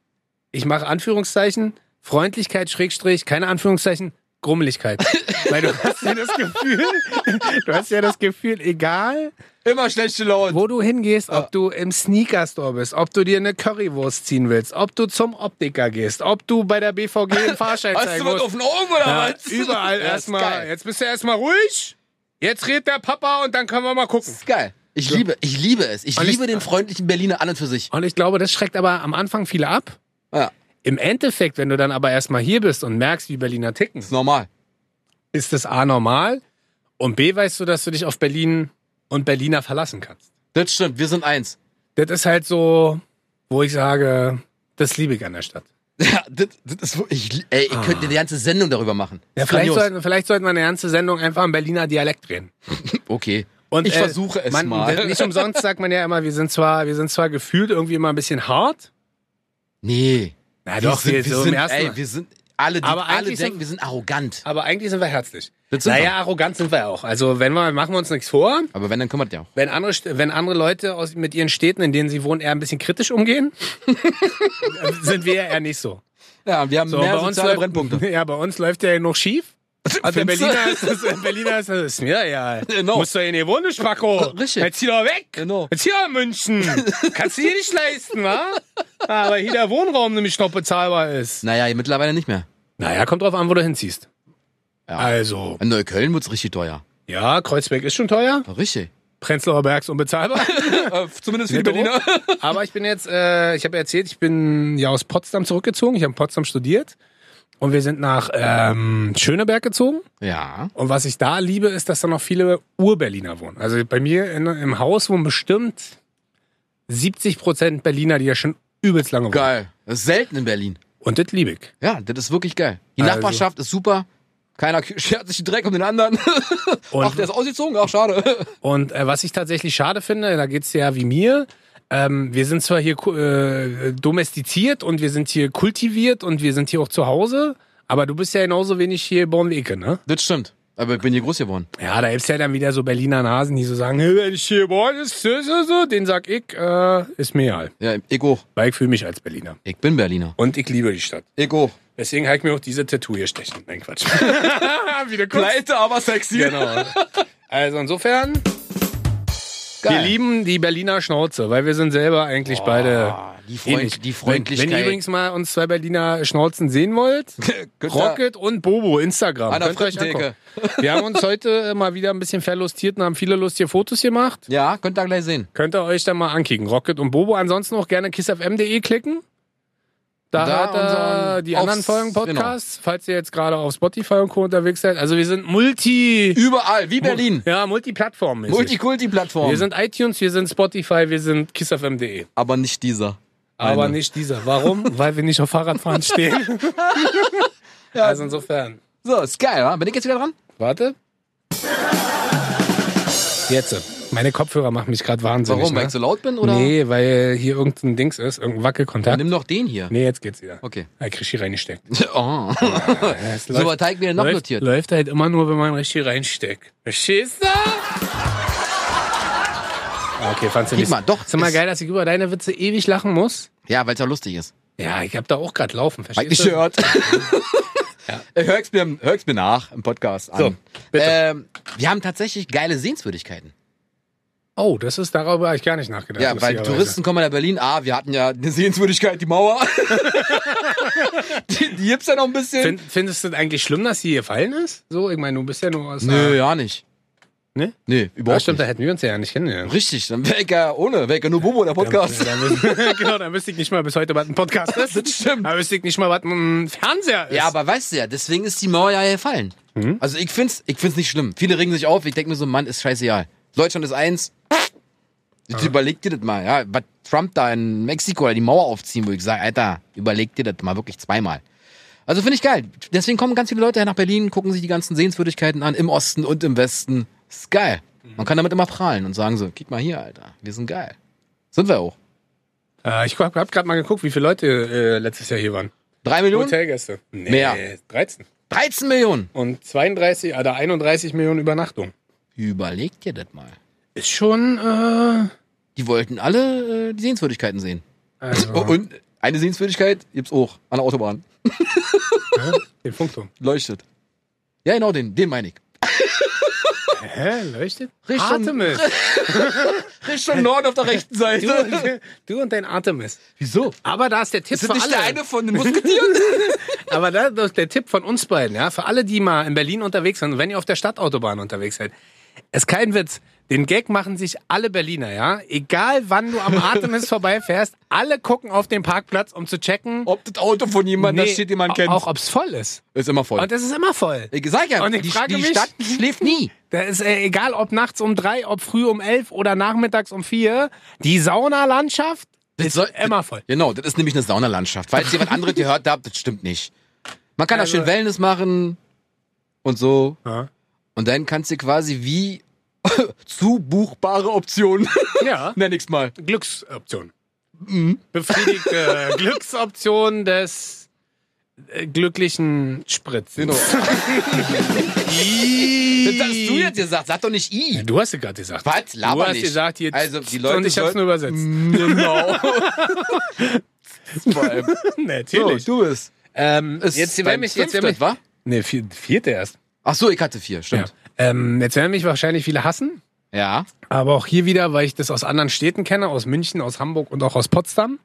Speaker 2: ich mache Anführungszeichen, Freundlichkeit, Schrägstrich, keine Anführungszeichen, Grummeligkeit. Weil du hast ja das Gefühl, du hast ja das Gefühl, egal
Speaker 1: Immer schlechte Laune.
Speaker 2: wo du hingehst, ob du im Sneaker-Store bist, ob du dir eine Currywurst ziehen willst, ob du zum Optiker gehst, ob du bei der BVG einen Fahrschein
Speaker 1: Hast
Speaker 2: zeigen
Speaker 1: du was auf
Speaker 2: musst.
Speaker 1: den Augen oder
Speaker 2: Ja,
Speaker 1: was?
Speaker 2: überall
Speaker 1: Ja, ist
Speaker 2: erstmal.
Speaker 1: Geil.
Speaker 2: Jetzt bist du erstmal ruhig. Jetzt redet der Papa und dann können wir mal gucken.
Speaker 1: Ist geil. Ich liebe, ich liebe es. Ich
Speaker 2: Und ich-
Speaker 1: liebe den freundlichen Berliner an und für sich.
Speaker 2: Und ich glaube, das schreckt aber am Anfang viele ab.
Speaker 1: Ja,
Speaker 2: Im Endeffekt, wenn du dann aber erstmal hier bist und merkst, wie Berliner ticken,
Speaker 1: ist normal.
Speaker 2: ist das A normal und B weißt du, dass du dich auf Berlin und Berliner verlassen kannst.
Speaker 1: Das stimmt, wir sind eins.
Speaker 2: Das ist halt so, wo ich sage, das liebe ich an der Stadt.
Speaker 1: Ja, das, das ist wirklich. ich- Ey, ihr könnt eine ganze Sendung darüber machen.
Speaker 2: Ah. Ja,
Speaker 1: Ist
Speaker 2: vielleicht,
Speaker 1: grandios.
Speaker 2: sollten, vielleicht sollten wir eine ganze Sendung einfach im Berliner Dialekt drehen.
Speaker 1: Okay.
Speaker 2: Und,
Speaker 1: ich
Speaker 2: äh,
Speaker 1: versuche es
Speaker 2: man,
Speaker 1: mal.
Speaker 2: Nicht umsonst sagt man ja immer, wir sind zwar, wir sind zwar gefühlt irgendwie immer ein bisschen hart.
Speaker 1: Nee.
Speaker 2: Na
Speaker 1: Wir sind- wir
Speaker 2: so
Speaker 1: sind,
Speaker 2: im ersten
Speaker 1: ey,
Speaker 2: Mal.
Speaker 1: wir sind alle, die,
Speaker 2: Aber
Speaker 1: alle
Speaker 2: eigentlich
Speaker 1: denken,
Speaker 2: sind-
Speaker 1: wir sind arrogant.
Speaker 2: Aber eigentlich sind wir herzlich.
Speaker 1: Das sind
Speaker 2: naja,
Speaker 1: wir.
Speaker 2: arrogant sind wir auch. Also wenn wir, machen wir uns nichts vor.
Speaker 1: Aber wenn, dann können wir das ja auch.
Speaker 2: Wenn andere, St- wenn andere Leute aus, mit ihren Städten, in denen sie wohnen, eher ein bisschen kritisch umgehen, sind wir ja eher nicht so.
Speaker 1: Ja, wir haben
Speaker 2: so
Speaker 1: mehr soziale Brennpunkte.
Speaker 2: Ja, bei uns läuft ja noch schief. Und Ah, der
Speaker 1: Findest du?
Speaker 2: Berliner ist, das, in Berliner ist, das ist mir ja.
Speaker 1: Genau.
Speaker 2: Musst du in die Wohnung, Spacko.
Speaker 1: Richtig.
Speaker 2: Jetzt zieh doch weg.
Speaker 1: Genau.
Speaker 2: Jetzt hier in München. Kannst du dir nicht leisten, wa? Aber hier der Wohnraum nämlich noch bezahlbar ist.
Speaker 1: Naja, mittlerweile nicht mehr.
Speaker 2: Naja, kommt drauf an, wo du hinziehst.
Speaker 1: Ja.
Speaker 2: Also,
Speaker 1: In Neukölln wird's richtig teuer.
Speaker 2: ja, Kreuzberg ist schon teuer.
Speaker 1: Richtig.
Speaker 2: Prenzlauer Berg ist unbezahlbar. Äh,
Speaker 1: zumindest
Speaker 2: Netto. Aber ich bin jetzt, äh, ich habe ja erzählt, ich bin ja aus Potsdam zurückgezogen. Ich habe in Potsdam studiert. Und wir sind nach ähm, Schöneberg gezogen.
Speaker 1: Ja.
Speaker 2: Und was ich da liebe, ist, dass da noch viele Ur-Berliner wohnen. Also bei mir in, im Haus wohnen bestimmt 70 Prozent Berliner, die ja schon übelst lange wohnen.
Speaker 1: Geil. Das ist selten in Berlin.
Speaker 2: Und das liebe ich.
Speaker 1: Ja, das ist wirklich geil. Die
Speaker 2: Also.
Speaker 1: Nachbarschaft ist super. Keiner schert sich den Dreck um den anderen.
Speaker 2: Und,
Speaker 1: Ach, der ist ausgezogen. Ach, schade.
Speaker 2: und äh, was ich tatsächlich schade finde, da geht's dir ja wie mir. Ähm, wir sind zwar hier ku- äh, domestiziert und wir sind hier kultiviert und wir sind hier auch zu Hause, aber du bist ja genauso wenig hier geboren wie ich, ne?
Speaker 1: Das stimmt. Aber ich bin hier groß geworden.
Speaker 2: Ja, da gibt's ja dann wieder so Berliner Nasen, die so sagen, "Hey, wenn ich hier geboren ist, so, so, so, den sag ich, äh, ist mir egal.
Speaker 1: Ja, ich auch.
Speaker 2: Weil ich fühle mich als Berliner.
Speaker 1: Ich bin Berliner.
Speaker 2: Und ich liebe die Stadt.
Speaker 1: Ich auch.
Speaker 2: Deswegen habe ich mir auch diese Tattoo hier stechen. Nein, Quatsch. Wieder Bleib.
Speaker 1: aber sexy.
Speaker 2: Genau. Also insofern, wir
Speaker 1: Geil. Oh,
Speaker 2: lieben die Berliner Schnauze, weil wir sind selber eigentlich beide
Speaker 1: Ah, die,
Speaker 2: ähnlich.
Speaker 1: Freund, die Freundlichkeit.
Speaker 2: Wenn, wenn ihr übrigens mal uns zwei Berliner Schnauzen sehen wollt,
Speaker 1: Könnt ihr-
Speaker 2: Rocket und Bobo, Instagram.
Speaker 1: An der
Speaker 2: Könnt ihr euch
Speaker 1: Frittentheke.
Speaker 2: angucken. Wir haben uns heute äh, mal wieder ein bisschen verlustiert und haben viele lustige Fotos gemacht.
Speaker 1: Ja, könnt ihr gleich sehen.
Speaker 2: Könnt ihr euch dann mal ankicken. Rocket und Bobo. Ansonsten auch gerne kissfm.de klicken. Da,
Speaker 1: Da
Speaker 2: hört ihr
Speaker 1: unseren- genau.
Speaker 2: die
Speaker 1: aufs-
Speaker 2: anderen Folgen Podcasts, falls ihr jetzt gerade auf Spotify und Co. unterwegs seid. Also wir sind multi...
Speaker 1: Überall, wie Berlin.
Speaker 2: Ja, multiplattform
Speaker 1: Multikulti-Plattform.
Speaker 2: Wir sind iTunes, wir sind Spotify, wir sind kissfm.de.
Speaker 1: aber nicht dieser.
Speaker 2: Aber
Speaker 1: Meine.
Speaker 2: nicht dieser. Warum? Weil wir nicht auf Fahrradfahren stehen. Also insofern.
Speaker 1: So, ist geil, wa? Bin ich jetzt wieder dran?
Speaker 2: Warte. Jetzt. Meine Kopfhörer machen mich gerade wahnsinnig.
Speaker 1: Warum?
Speaker 2: Ne?
Speaker 1: Weil ich so laut bin? Oder?
Speaker 2: Nee, weil hier irgendein Dings ist, irgendein
Speaker 1: Dann
Speaker 2: Wackelkontakt.
Speaker 1: nimm doch den hier.
Speaker 2: Nee, jetzt geht's wieder.
Speaker 1: Okay.
Speaker 2: Da krieg ich hier reingesteckt.
Speaker 1: Oh. So, was Teig wieder noch
Speaker 2: läuft,
Speaker 1: notiert.
Speaker 2: Läuft halt immer nur, wenn man richtig reinsteckt. Verstehst du? Ah, Okay, fandst du
Speaker 1: Guck
Speaker 2: nicht.
Speaker 1: mal, doch,
Speaker 2: Ist immer
Speaker 1: ist-
Speaker 2: geil, dass ich über deine Witze ewig lachen muss.
Speaker 1: Ja, weil es ja lustig ist.
Speaker 2: Ja, ich hab da auch gerade laufen,
Speaker 1: Weil
Speaker 2: verstehst
Speaker 1: ich
Speaker 2: du?
Speaker 1: gehört. Äh, Hör's mir, hör's mir nach im Podcast an.
Speaker 2: So, bitte.
Speaker 1: Ähm, wir haben tatsächlich geile Sehenswürdigkeiten.
Speaker 2: Oh, das ist, darüber habe ich gar nicht nachgedacht.
Speaker 1: Ja, weil
Speaker 2: lustigerweise.
Speaker 1: Touristen kommen nach Berlin. Ah, wir hatten ja eine Sehenswürdigkeit, die Mauer. die, die gibt's ja noch ein bisschen.
Speaker 2: Find, findest du das eigentlich schlimm, dass sie hier gefallen ist? So, ich meine, du bist ja nur aus.
Speaker 1: Nö, ja nicht.
Speaker 2: Ne?
Speaker 1: Nee,
Speaker 2: Ja,
Speaker 1: überhaupt
Speaker 2: stimmt, da
Speaker 1: nicht.
Speaker 2: hätten wir uns ja nicht kennengelernt.
Speaker 1: Richtig, dann wäre ich ja ohne, wäre ich ja nur Bobo, der Podcast.
Speaker 2: Dann, dann, genau, dann wüsste ich nicht mal bis heute, was ein Podcast ist.
Speaker 1: Das stimmt.
Speaker 2: Dann wüsste ich nicht mal, was ein Fernseher ist.
Speaker 1: Ja, aber weißt du ja, deswegen ist die Mauer ja gefallen. Also ich find's, ich find's nicht schlimm. Viele regen sich auf, ich denke mir so, Mann, ist scheißegal. Deutschland ist eins. Jetzt überleg dir das mal, ja. Was Trump da in Mexiko oder die Mauer aufziehen, wo ich sage, Alter, überleg dir das mal wirklich zweimal. Also finde ich geil. Deswegen kommen ganz viele Leute nach Berlin, gucken sich die ganzen Sehenswürdigkeiten an, im Osten und im Westen. Ist geil. Man kann damit immer prahlen und sagen so, guck mal hier, Alter, wir sind geil. Sind wir auch.
Speaker 2: Äh, ich hab, hab gerade mal geguckt, wie viele Leute äh, letztes Jahr hier waren.
Speaker 1: Drei Millionen?
Speaker 2: Hotelgäste. Nee,
Speaker 1: Mehr.
Speaker 2: 13.
Speaker 1: 13 Millionen.
Speaker 2: Und 32, oder 31 Millionen Übernachtungen.
Speaker 1: Überleg dir das mal.
Speaker 2: Ist schon, äh,
Speaker 1: Die wollten alle äh, die Sehenswürdigkeiten sehen.
Speaker 2: also,
Speaker 1: Oh, und eine Sehenswürdigkeit gibt's auch an der Autobahn.
Speaker 2: den Funkturm.
Speaker 1: Leuchtet. Ja, genau, den, den meine ich.
Speaker 2: Hä, leuchtet?
Speaker 1: Richtung-
Speaker 2: Artemis.
Speaker 1: Richtung Norden auf der rechten
Speaker 2: Du
Speaker 1: Seite.
Speaker 2: und, du und dein Artemis.
Speaker 1: Wieso?
Speaker 2: Aber da ist der Tipp
Speaker 1: Ist
Speaker 2: für
Speaker 1: das nicht der
Speaker 2: alle.
Speaker 1: eine von den Musketieren?
Speaker 2: Aber da das ist der Tipp von uns beiden, ja, für alle, die mal in Berlin unterwegs sind, und wenn ihr auf der Stadtautobahn unterwegs seid. Es ist kein Witz. Den Gag machen sich alle Berliner, ja. Egal wann du am Artemis vorbeifährst, alle gucken auf den Parkplatz, um zu checken,
Speaker 1: Ob das Auto von jemandem, da steht, den man
Speaker 2: au-
Speaker 1: kennt.
Speaker 2: auch ob's voll ist.
Speaker 1: Ist immer voll.
Speaker 2: Und es ist immer voll.
Speaker 1: Ich sag ja,
Speaker 2: Und ich
Speaker 1: die,
Speaker 2: frage
Speaker 1: die
Speaker 2: mich-
Speaker 1: Stadt schläft nie.
Speaker 2: Da ist äh, egal, ob nachts um drei, ob früh um elf oder nachmittags um vier, die Saunalandschaft
Speaker 1: Das soll,
Speaker 2: immer voll.
Speaker 1: genau, das ist nämlich eine Saunalandschaft. Falls jemand anderes gehört habt, das stimmt nicht. Man kann
Speaker 2: Also-
Speaker 1: da schön Wellness machen und so.
Speaker 2: Ja.
Speaker 1: Und dann kannst du quasi wie zubuchbare Optionen
Speaker 2: Ja.
Speaker 1: nennig's mal.
Speaker 2: Glücksoption.
Speaker 1: Mhm.
Speaker 2: Befriedigte Glücksoption des äh, glücklichen Spritz.
Speaker 1: Genau. Das hast du jetzt gesagt, sag doch nicht I.
Speaker 2: Du hast ja gerade gesagt.
Speaker 1: Was? Laber
Speaker 2: du hast
Speaker 1: nicht.
Speaker 2: gesagt, hier
Speaker 1: Also, die Leute
Speaker 2: und ich hab's
Speaker 1: sollten-
Speaker 2: nur übersetzt.
Speaker 1: Genau. Vor allem. So,
Speaker 2: Natürlich.
Speaker 1: du bist.
Speaker 2: ähm, jetzt werden mich, jetzt werden mich,
Speaker 1: wa?
Speaker 2: nee, vier- vierte erst.
Speaker 1: Ach so, ich hatte vier,
Speaker 2: Ja.
Speaker 1: stimmt.
Speaker 2: Ähm, jetzt werden mich wahrscheinlich viele hassen.
Speaker 1: Ja.
Speaker 2: Aber auch hier wieder, weil ich das aus anderen Städten kenne, aus München, aus Hamburg und auch aus Potsdam.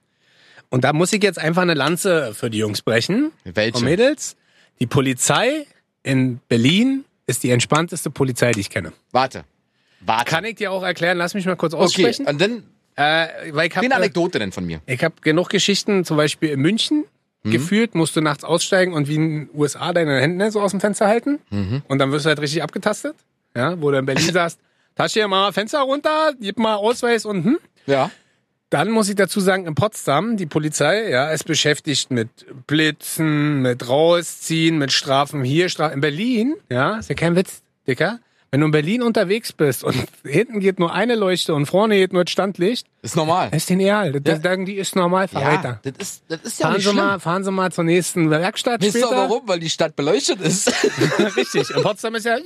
Speaker 2: Und da muss ich jetzt einfach eine Lanze für die Jungs brechen.
Speaker 1: Welche?
Speaker 2: Und Mädels, die Polizei in Berlin ist die entspannteste Polizei, die ich kenne.
Speaker 1: Warte. Warte.
Speaker 2: Kann ich dir auch erklären, lass mich mal kurz
Speaker 1: okay,
Speaker 2: aussprechen.
Speaker 1: und dann
Speaker 2: Äh, weil ich
Speaker 1: eine
Speaker 2: habe
Speaker 1: Anekdote denn von mir.
Speaker 2: ich hab genug Geschichten, zum Beispiel in München.
Speaker 1: Mhm.
Speaker 2: Gefühlt musst du nachts aussteigen und wie in den USA deine Hände so aus dem Fenster halten.
Speaker 1: Mhm.
Speaker 2: Und dann wirst du halt richtig abgetastet. Ja, wo du in Berlin sagst, Tasche mal Fenster runter, gib mal Ausweis und hm.
Speaker 1: Ja.
Speaker 2: Dann muss ich dazu sagen, in Potsdam, die Polizei, ja, ist beschäftigt mit Blitzen, mit Rausziehen, mit Strafen hier, Strafen. In Berlin, ja, ist ja kein Witz, Dicker. Wenn du in Berlin unterwegs bist und hinten geht nur eine Leuchte und vorne geht nur das Standlicht,
Speaker 1: Ist normal.
Speaker 2: ist den egal. Das das sagen die, ist normal, fahr
Speaker 1: ja,
Speaker 2: Äh, weiter.
Speaker 1: das ist, das ist ja
Speaker 2: Fahren
Speaker 1: nicht
Speaker 2: Sie,
Speaker 1: schlimm.
Speaker 2: mal, fahren Sie mal zur nächsten Werkstatt
Speaker 1: Wisst ihr
Speaker 2: später.
Speaker 1: auch warum? Weil die Stadt beleuchtet ist.
Speaker 2: Richtig, in Potsdam ist ja...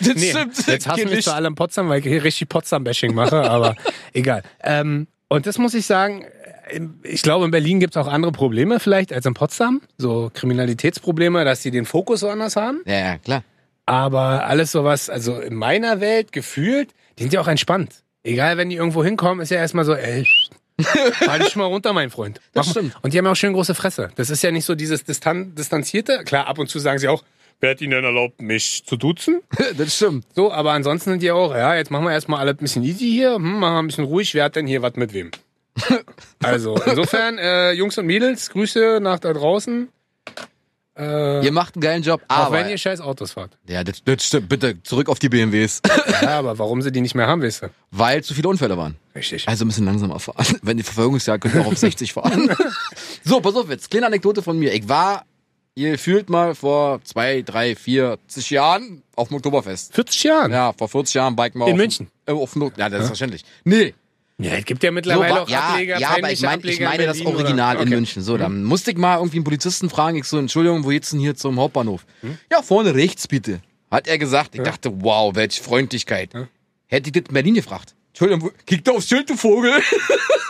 Speaker 2: Das
Speaker 1: stimmt.
Speaker 2: Jetzt hassen
Speaker 1: Kein
Speaker 2: mich
Speaker 1: Licht.
Speaker 2: zwar alle in Potsdam, weil ich hier richtig Potsdam-Bashing mache, aber egal. Ähm, und das muss ich sagen, ich glaube, in Berlin gibt es auch andere Probleme vielleicht als in Potsdam. So Kriminalitätsprobleme, dass die den Fokus so anders haben.
Speaker 1: Ja, ja, klar.
Speaker 2: Aber alles sowas, also in meiner Welt gefühlt, die sind ja auch entspannt. Egal, wenn die irgendwo hinkommen, ist ja erstmal so, ey, fahr dich mal runter, mein Freund.
Speaker 1: Das
Speaker 2: Mach mal.
Speaker 1: stimmt.
Speaker 2: Und die haben ja auch schön große Fresse. Das ist ja nicht so dieses Distan Distanzierte. Klar, ab und zu sagen sie auch, wer hat ihnen denn erlaubt, mich zu duzen?
Speaker 1: Das stimmt.
Speaker 2: So, aber ansonsten sind die auch, ja, jetzt machen wir erstmal alle ein bisschen easy hier, hm, machen wir ein bisschen ruhig, wer hat denn hier was mit wem? also, insofern, äh, Jungs und Mädels, Grüße nach da draußen. Äh,
Speaker 1: Ihr macht einen geilen Job,
Speaker 2: auch
Speaker 1: aber...
Speaker 2: wenn ihr scheiß Autos fahrt.
Speaker 1: ja, das, das stimmt. Bitte, zurück auf die BMWs.
Speaker 2: Ja, aber warum sie die nicht mehr haben, wisst ihr?
Speaker 1: Weil zu viele Unfälle waren.
Speaker 2: Richtig.
Speaker 1: Also ein bisschen langsamer fahren. Wenn die Verfolgungsjagd könnt ihr auch auf 60 fahren. so, pass auf jetzt. Kleine Anekdote von mir. Ich war, ihr fühlt mal, vor zwei, drei, vier, 40 Jahren auf dem Oktoberfest.
Speaker 2: 40 Jahren.
Speaker 1: Ja, vor 40 Jahren biken wir
Speaker 2: In
Speaker 1: auf,
Speaker 2: München?
Speaker 1: Äh, auf dem, ja, das ist verständlich. Nee,
Speaker 2: Ja, es gibt ja mittlerweile
Speaker 1: wa-
Speaker 2: auch
Speaker 1: ja,
Speaker 2: Ableger,
Speaker 1: ja aber ich,
Speaker 2: peinliche
Speaker 1: mein, ich
Speaker 2: Ableger
Speaker 1: meine
Speaker 2: in
Speaker 1: das
Speaker 2: Berlin
Speaker 1: Original
Speaker 2: oder, Mhm.
Speaker 1: in München. So, dann musste ich mal irgendwie einen Polizisten fragen. Ich so, Entschuldigung, wo geht's denn hier zum Hauptbahnhof?
Speaker 2: Mhm.
Speaker 1: Ja, vorne rechts bitte. Hat er gesagt. Ich dachte, wow, welche Freundlichkeit. Hätte ich das in Berlin gefragt. Entschuldigung, wo- kick doch aufs Schild, du Vogel.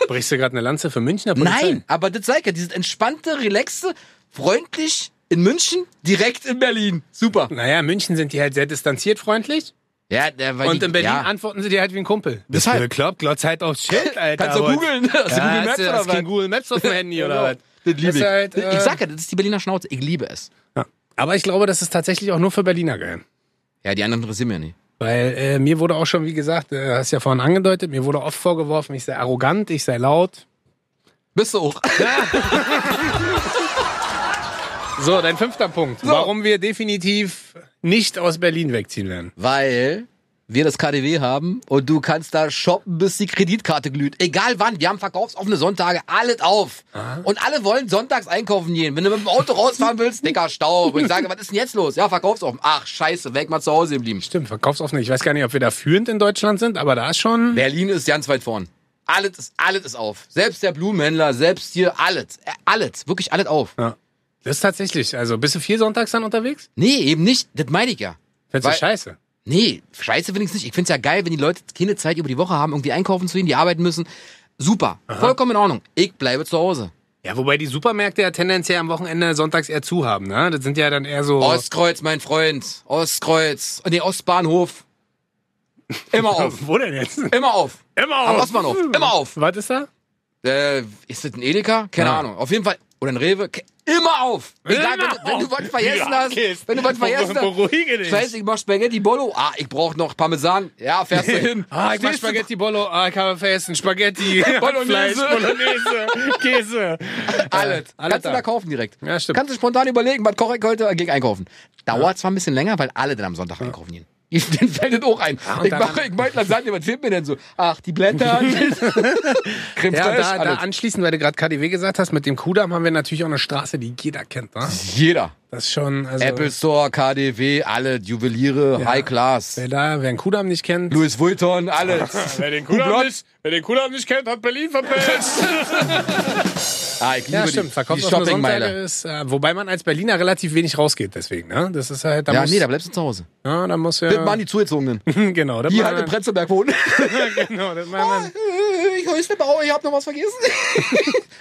Speaker 2: Brichst du gerade eine Lanze für Münchner Polizei?
Speaker 1: Nein, aber das zeigt ja, dieses entspannte, relaxte, freundlich in München, direkt in Berlin. Super.
Speaker 2: Naja, in München sind die halt sehr distanziert freundlich.
Speaker 1: Ja, der, weil
Speaker 2: Und
Speaker 1: die-
Speaker 2: in Berlin
Speaker 1: ja.
Speaker 2: antworten sie dir halt wie ein Kumpel. Bist
Speaker 1: Deshalb.
Speaker 2: du bekloppt? Glotz halt aufs Schild, Alter.
Speaker 1: Kannst du
Speaker 2: aber-
Speaker 1: googeln. Hast du
Speaker 2: Ja,
Speaker 1: Google
Speaker 2: hast
Speaker 1: Maps
Speaker 2: du-
Speaker 1: oder
Speaker 2: hast kein
Speaker 1: was?
Speaker 2: Google Maps auf dem Handy oder was?
Speaker 1: Genau. Das liebe
Speaker 2: Ist
Speaker 1: ich.
Speaker 2: halt, äh,
Speaker 1: ich sag ja, das ist die Berliner Schnauze. Ich liebe es.
Speaker 2: Ja. Aber ich glaube, das ist tatsächlich auch nur für Berliner geil.
Speaker 1: Ja, die anderen interessieren mich ja nicht.
Speaker 2: Weil äh, mir wurde auch schon, wie gesagt, äh, hast ja vorhin angedeutet, mir wurde oft vorgeworfen, ich sei arrogant, ich sei laut.
Speaker 1: Bist du auch.
Speaker 2: So, dein fünfter Punkt. Warum wir definitiv nicht aus Berlin wegziehen werden.
Speaker 1: Weil wir das KDW haben und du kannst da shoppen, bis die Kreditkarte glüht. Egal wann, wir haben verkaufsoffene Sonntage, alles auf. Und alle wollen sonntags einkaufen gehen. Wenn du mit dem Auto rausfahren willst, dicker Staub. Und ich sage, was ist denn jetzt los? Ja, verkaufsoffen. Ach, scheiße, weg mal zu Hause geblieben.
Speaker 2: Stimmt, verkaufsoffen. Ich weiß gar nicht, ob wir da führend in Deutschland sind, aber da ist schon.
Speaker 1: Berlin ist ganz weit vorn. Alles ist, alles ist auf. Selbst der Blumenhändler, selbst hier, alles. Äh, Alles, wirklich alles auf.
Speaker 2: Ja. Das ist tatsächlich. Also bist du viel sonntags dann unterwegs?
Speaker 1: Nee, eben nicht. Das meine ich ja.
Speaker 2: Findest du
Speaker 1: Weil-
Speaker 2: scheiße?
Speaker 1: Nee, scheiße finde ich nicht. Ich finde es ja geil, wenn die Leute keine Zeit über die Woche haben, irgendwie einkaufen zu gehen, die arbeiten müssen. Super, vollkommen in Ordnung. Ich bleibe zu Hause.
Speaker 2: Ja, wobei die Supermärkte ja tendenziell am Wochenende sonntags eher zu haben, ne? Das sind ja dann eher so.
Speaker 1: Ostkreuz, mein Freund. Ostkreuz. Nee, Ostbahnhof. Immer auf.
Speaker 2: Wo denn jetzt?
Speaker 1: Immer auf.
Speaker 2: Immer
Speaker 1: Am Ostbahnhof. Immer auf.
Speaker 2: Was ist da?
Speaker 1: Äh, ist das ein Edeka? Keine
Speaker 2: Ja.
Speaker 1: Ahnung. Auf jeden Fall. Oder ein Rewe. Ke- Immer auf. Ich sag, wenn,
Speaker 2: Immer
Speaker 1: du- wenn du
Speaker 2: auf.
Speaker 1: was vergessen
Speaker 2: Ja,
Speaker 1: hast,
Speaker 2: Kiss.
Speaker 1: wenn du was vergessen
Speaker 2: Ber-
Speaker 1: hast.
Speaker 2: Beruhige dich.
Speaker 1: Scheiße, ich mach Spaghetti Bolo. Ah, ich brauch noch Parmesan. Ja, fährst du hin.
Speaker 2: Ah, ich mach
Speaker 1: Stehst du-
Speaker 2: Spaghetti Bolo, ah, ich habe vergessen. Spaghetti,
Speaker 1: Bolognese.
Speaker 2: Fleisch, Bolognese, Käse.
Speaker 1: Alles.
Speaker 2: Äh, Alles
Speaker 1: Kannst
Speaker 2: da.
Speaker 1: du da kaufen direkt.
Speaker 2: Ja, stimmt.
Speaker 1: Kannst du spontan überlegen, was koche ich heute gegen einkaufen. Dauert zwar ein bisschen länger, weil alle dann am Sonntag einkaufen gehen. Ich den fällt das auch ein.
Speaker 2: und
Speaker 1: ich
Speaker 2: dann-
Speaker 1: mache, ich meinte Lasagne, was fehlt mir denn so? Ach, die Blätter. Creme
Speaker 2: Ja,
Speaker 1: fraiche,
Speaker 2: da, da
Speaker 1: alles.
Speaker 2: anschließend, weil du gerade KDW gesagt hast, mit dem Kudamm haben wir natürlich auch eine Straße, die jeder kennt. Ne?
Speaker 1: Jeder.
Speaker 2: Das ist schon, also,
Speaker 1: Apple Store, KDW, alle, Juweliere, High Class.
Speaker 2: wer da, wer den Kudamm nicht kennt.
Speaker 1: Louis Vuitton, alles.
Speaker 2: den
Speaker 1: Hublot.
Speaker 2: nicht, wer den Kudamm nicht kennt, hat Berlin verpilzt.
Speaker 1: Ah, ich liebe
Speaker 2: Ja,
Speaker 1: die-
Speaker 2: stimmt.
Speaker 1: die
Speaker 2: Verkaufs auf Sonntage
Speaker 1: Shoppingmeile.
Speaker 2: ist, äh, wobei man als Berliner relativ wenig rausgeht deswegen, ne? Das ist halt, da
Speaker 1: Ja,
Speaker 2: muss,
Speaker 1: nee, da bleibst du zu Hause.
Speaker 2: ja, da muss ja,
Speaker 1: Das machen die Zugezogenen.
Speaker 2: genau, das
Speaker 1: Die
Speaker 2: machen
Speaker 1: halt in Prenzlberg wohnen.
Speaker 2: wir- genau, das machen wir-
Speaker 1: ich höchste Bauer, ich hab noch was vergessen.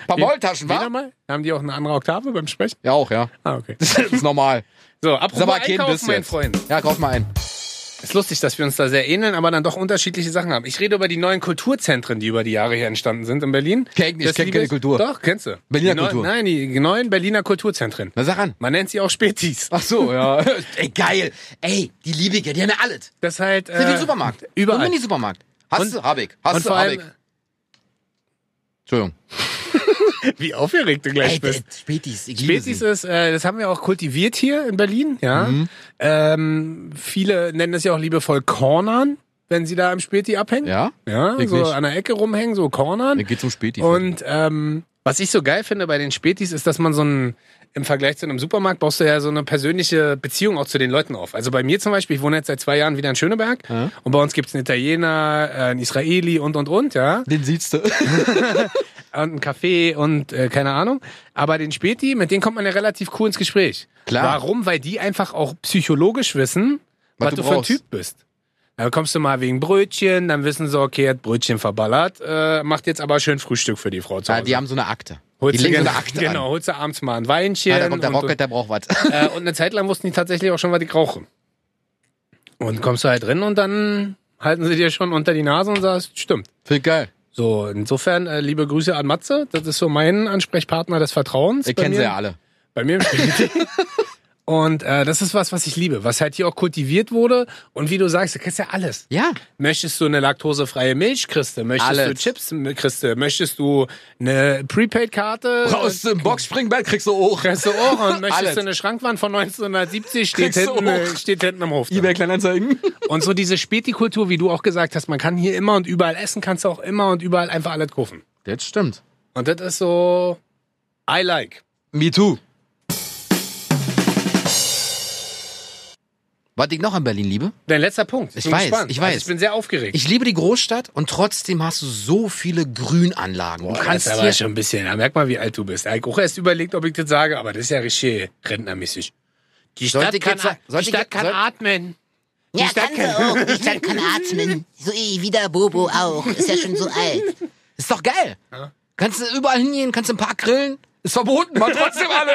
Speaker 1: Paar Maultaschen,
Speaker 2: Wieder
Speaker 1: wa?
Speaker 2: mal? Haben die auch eine andere Oktave beim Sprechen?
Speaker 1: Ja, auch, ja.
Speaker 2: Ah, okay.
Speaker 1: Das ist normal.
Speaker 2: So, apropos
Speaker 1: Sag mal, kein
Speaker 2: Einkaufen,
Speaker 1: Biss
Speaker 2: mein
Speaker 1: jetzt.
Speaker 2: Freund.
Speaker 1: Ja, kauf mal ein.
Speaker 2: Ist lustig, dass wir uns da sehr ähneln, aber dann doch unterschiedliche Sachen haben. Ich rede über die neuen Kulturzentren, die über die Jahre hier entstanden sind in Berlin.
Speaker 1: Kenn ich nicht,
Speaker 2: Das
Speaker 1: kenn
Speaker 2: liebe
Speaker 1: keine Kultur.
Speaker 2: Doch, kennst du.
Speaker 1: Berliner
Speaker 2: die neuen-
Speaker 1: Kultur.
Speaker 2: Nein, die neuen Berliner Kulturzentren.
Speaker 1: Na, sag an.
Speaker 2: Man nennt sie auch Spätis.
Speaker 1: Ach so, ja. Ey, geil. Ey, die liebe ich ja, die haben ja alles.
Speaker 2: Das ist halt.
Speaker 1: Äh, wie
Speaker 2: äh,
Speaker 1: ein Supermarkt.
Speaker 2: Überall.
Speaker 1: Ein Mini-Supermarkt. Hast
Speaker 2: Und-
Speaker 1: du, hab ich. Hast
Speaker 2: Und
Speaker 1: du,
Speaker 2: vor
Speaker 1: hab
Speaker 2: allem,
Speaker 1: ich. äh, Entschuldigung.
Speaker 2: wie aufgeregt du gleich
Speaker 1: Ey,
Speaker 2: bist.
Speaker 1: der- Spätis, ich liebe
Speaker 2: Spezies
Speaker 1: sie. Mhm.
Speaker 2: ist, äh, das haben wir auch kultiviert hier in Berlin, ja. Ähm, viele nennen es ja auch liebevoll Cornern, wenn sie da im Späti abhängen.
Speaker 1: Ja? um
Speaker 2: Ja,
Speaker 1: Ich
Speaker 2: so
Speaker 1: nicht.
Speaker 2: an der Ecke rumhängen, so Cornern.
Speaker 1: Ich geh zum Späti.
Speaker 2: Und ähm, was ich so geil finde bei den Spätis ist, dass man so ein im Vergleich zu einem Supermarkt baust du ja so eine persönliche Beziehung auch zu den Leuten auf. Also bei mir zum Beispiel, ich wohne jetzt seit zwei Jahren wieder in Schöneberg und bei uns gibt's einen Italiener, äh, einen Israeli und und und, ja
Speaker 1: Den siehst du.
Speaker 2: und einen Kaffee und äh, keine Ahnung. Aber den Späti, mit denen kommt man ja relativ cool ins Gespräch.
Speaker 1: Klar.
Speaker 2: Warum? Weil die einfach auch psychologisch wissen, was,
Speaker 1: du
Speaker 2: du für ein
Speaker 1: brauchst.
Speaker 2: Typ bist. Dann kommst du mal wegen Brötchen, dann wissen sie, okay, hat Brötchen verballert, äh, macht jetzt aber schön Frühstück für die Frau zu
Speaker 1: Ja,
Speaker 2: Hause.
Speaker 1: Ah, die haben so eine Akte.
Speaker 2: holst
Speaker 1: die
Speaker 2: du
Speaker 1: legen so
Speaker 2: genau,
Speaker 1: eine Akte
Speaker 2: genau,
Speaker 1: an.
Speaker 2: holst du abends mal ein Weinchen.
Speaker 1: Ja, da kommt der
Speaker 2: und-
Speaker 1: Rocket, der braucht was.
Speaker 2: äh, und eine Zeit lang wussten die tatsächlich auch schon, was ich rauche. Und kommst du halt drin und dann halten sie dir schon unter die Nase und sagst, stimmt.
Speaker 1: Viel geil.
Speaker 2: So, insofern, äh, liebe Grüße an Matze. Das ist so mein Ansprechpartner des Vertrauens.
Speaker 1: Wir
Speaker 2: bei
Speaker 1: kennen
Speaker 2: mir,
Speaker 1: sie ja alle.
Speaker 2: Bei mir im Spiel. Und äh, das ist was, was ich liebe, was halt hier auch kultiviert wurde. Und wie du sagst, du kriegst ja alles.
Speaker 1: Ja.
Speaker 2: Möchtest du eine laktosefreie Milch, Christe? Möchtest du
Speaker 1: Alles.
Speaker 2: Chips, Christe? Möchtest du eine Prepaid-Karte?
Speaker 1: Raus im Boxspringbett, kriegst du auch.
Speaker 2: Kriegst du auch. Und möchtest
Speaker 1: Alles.
Speaker 2: du eine Schrankwand von 1970? Steht
Speaker 1: Kriegst du
Speaker 2: hinten, äh,
Speaker 1: auch.
Speaker 2: steht hinten am Hof. drin.
Speaker 1: Ebay-Kleinanzeigen.
Speaker 2: Und so diese Späti-Kultur, wie du auch gesagt hast, man kann hier immer und überall essen, kannst du auch immer und überall einfach alles kaufen.
Speaker 1: Das stimmt.
Speaker 2: Und das ist so. I like.
Speaker 1: Me too. Was ich noch an Berlin liebe?
Speaker 2: Dein letzter Punkt.
Speaker 1: Ich
Speaker 2: bin
Speaker 1: weiß,
Speaker 2: gespannt.
Speaker 1: ich weiß.
Speaker 2: Also ich bin sehr aufgeregt.
Speaker 1: Ich liebe die Großstadt und trotzdem hast du so viele Grünanlagen. Du
Speaker 2: Boah,
Speaker 1: kannst
Speaker 2: das ist aber
Speaker 1: hier
Speaker 2: schon ein bisschen. Da merkt man, wie alt du bist. Ich habe auch erst überlegt, ob ich das sage, aber das ist ja richtig rentnermäßig. Die
Speaker 1: Sollte
Speaker 2: Stadt
Speaker 1: ich
Speaker 2: kann,
Speaker 1: jetzt sa-
Speaker 2: a- die
Speaker 1: sollte ich
Speaker 2: Stadt
Speaker 1: jetzt-
Speaker 2: kann
Speaker 1: soll-
Speaker 2: atmen. Die
Speaker 3: Ja,
Speaker 2: Stadt
Speaker 3: kann sie auch. Die Stadt kann atmen. So eh wie der Bobo auch. Ist ja schon so alt.
Speaker 1: Ist doch geil. Kannst du überall hingehen, kannst im Park grillen. Ist verboten, machen trotzdem alle.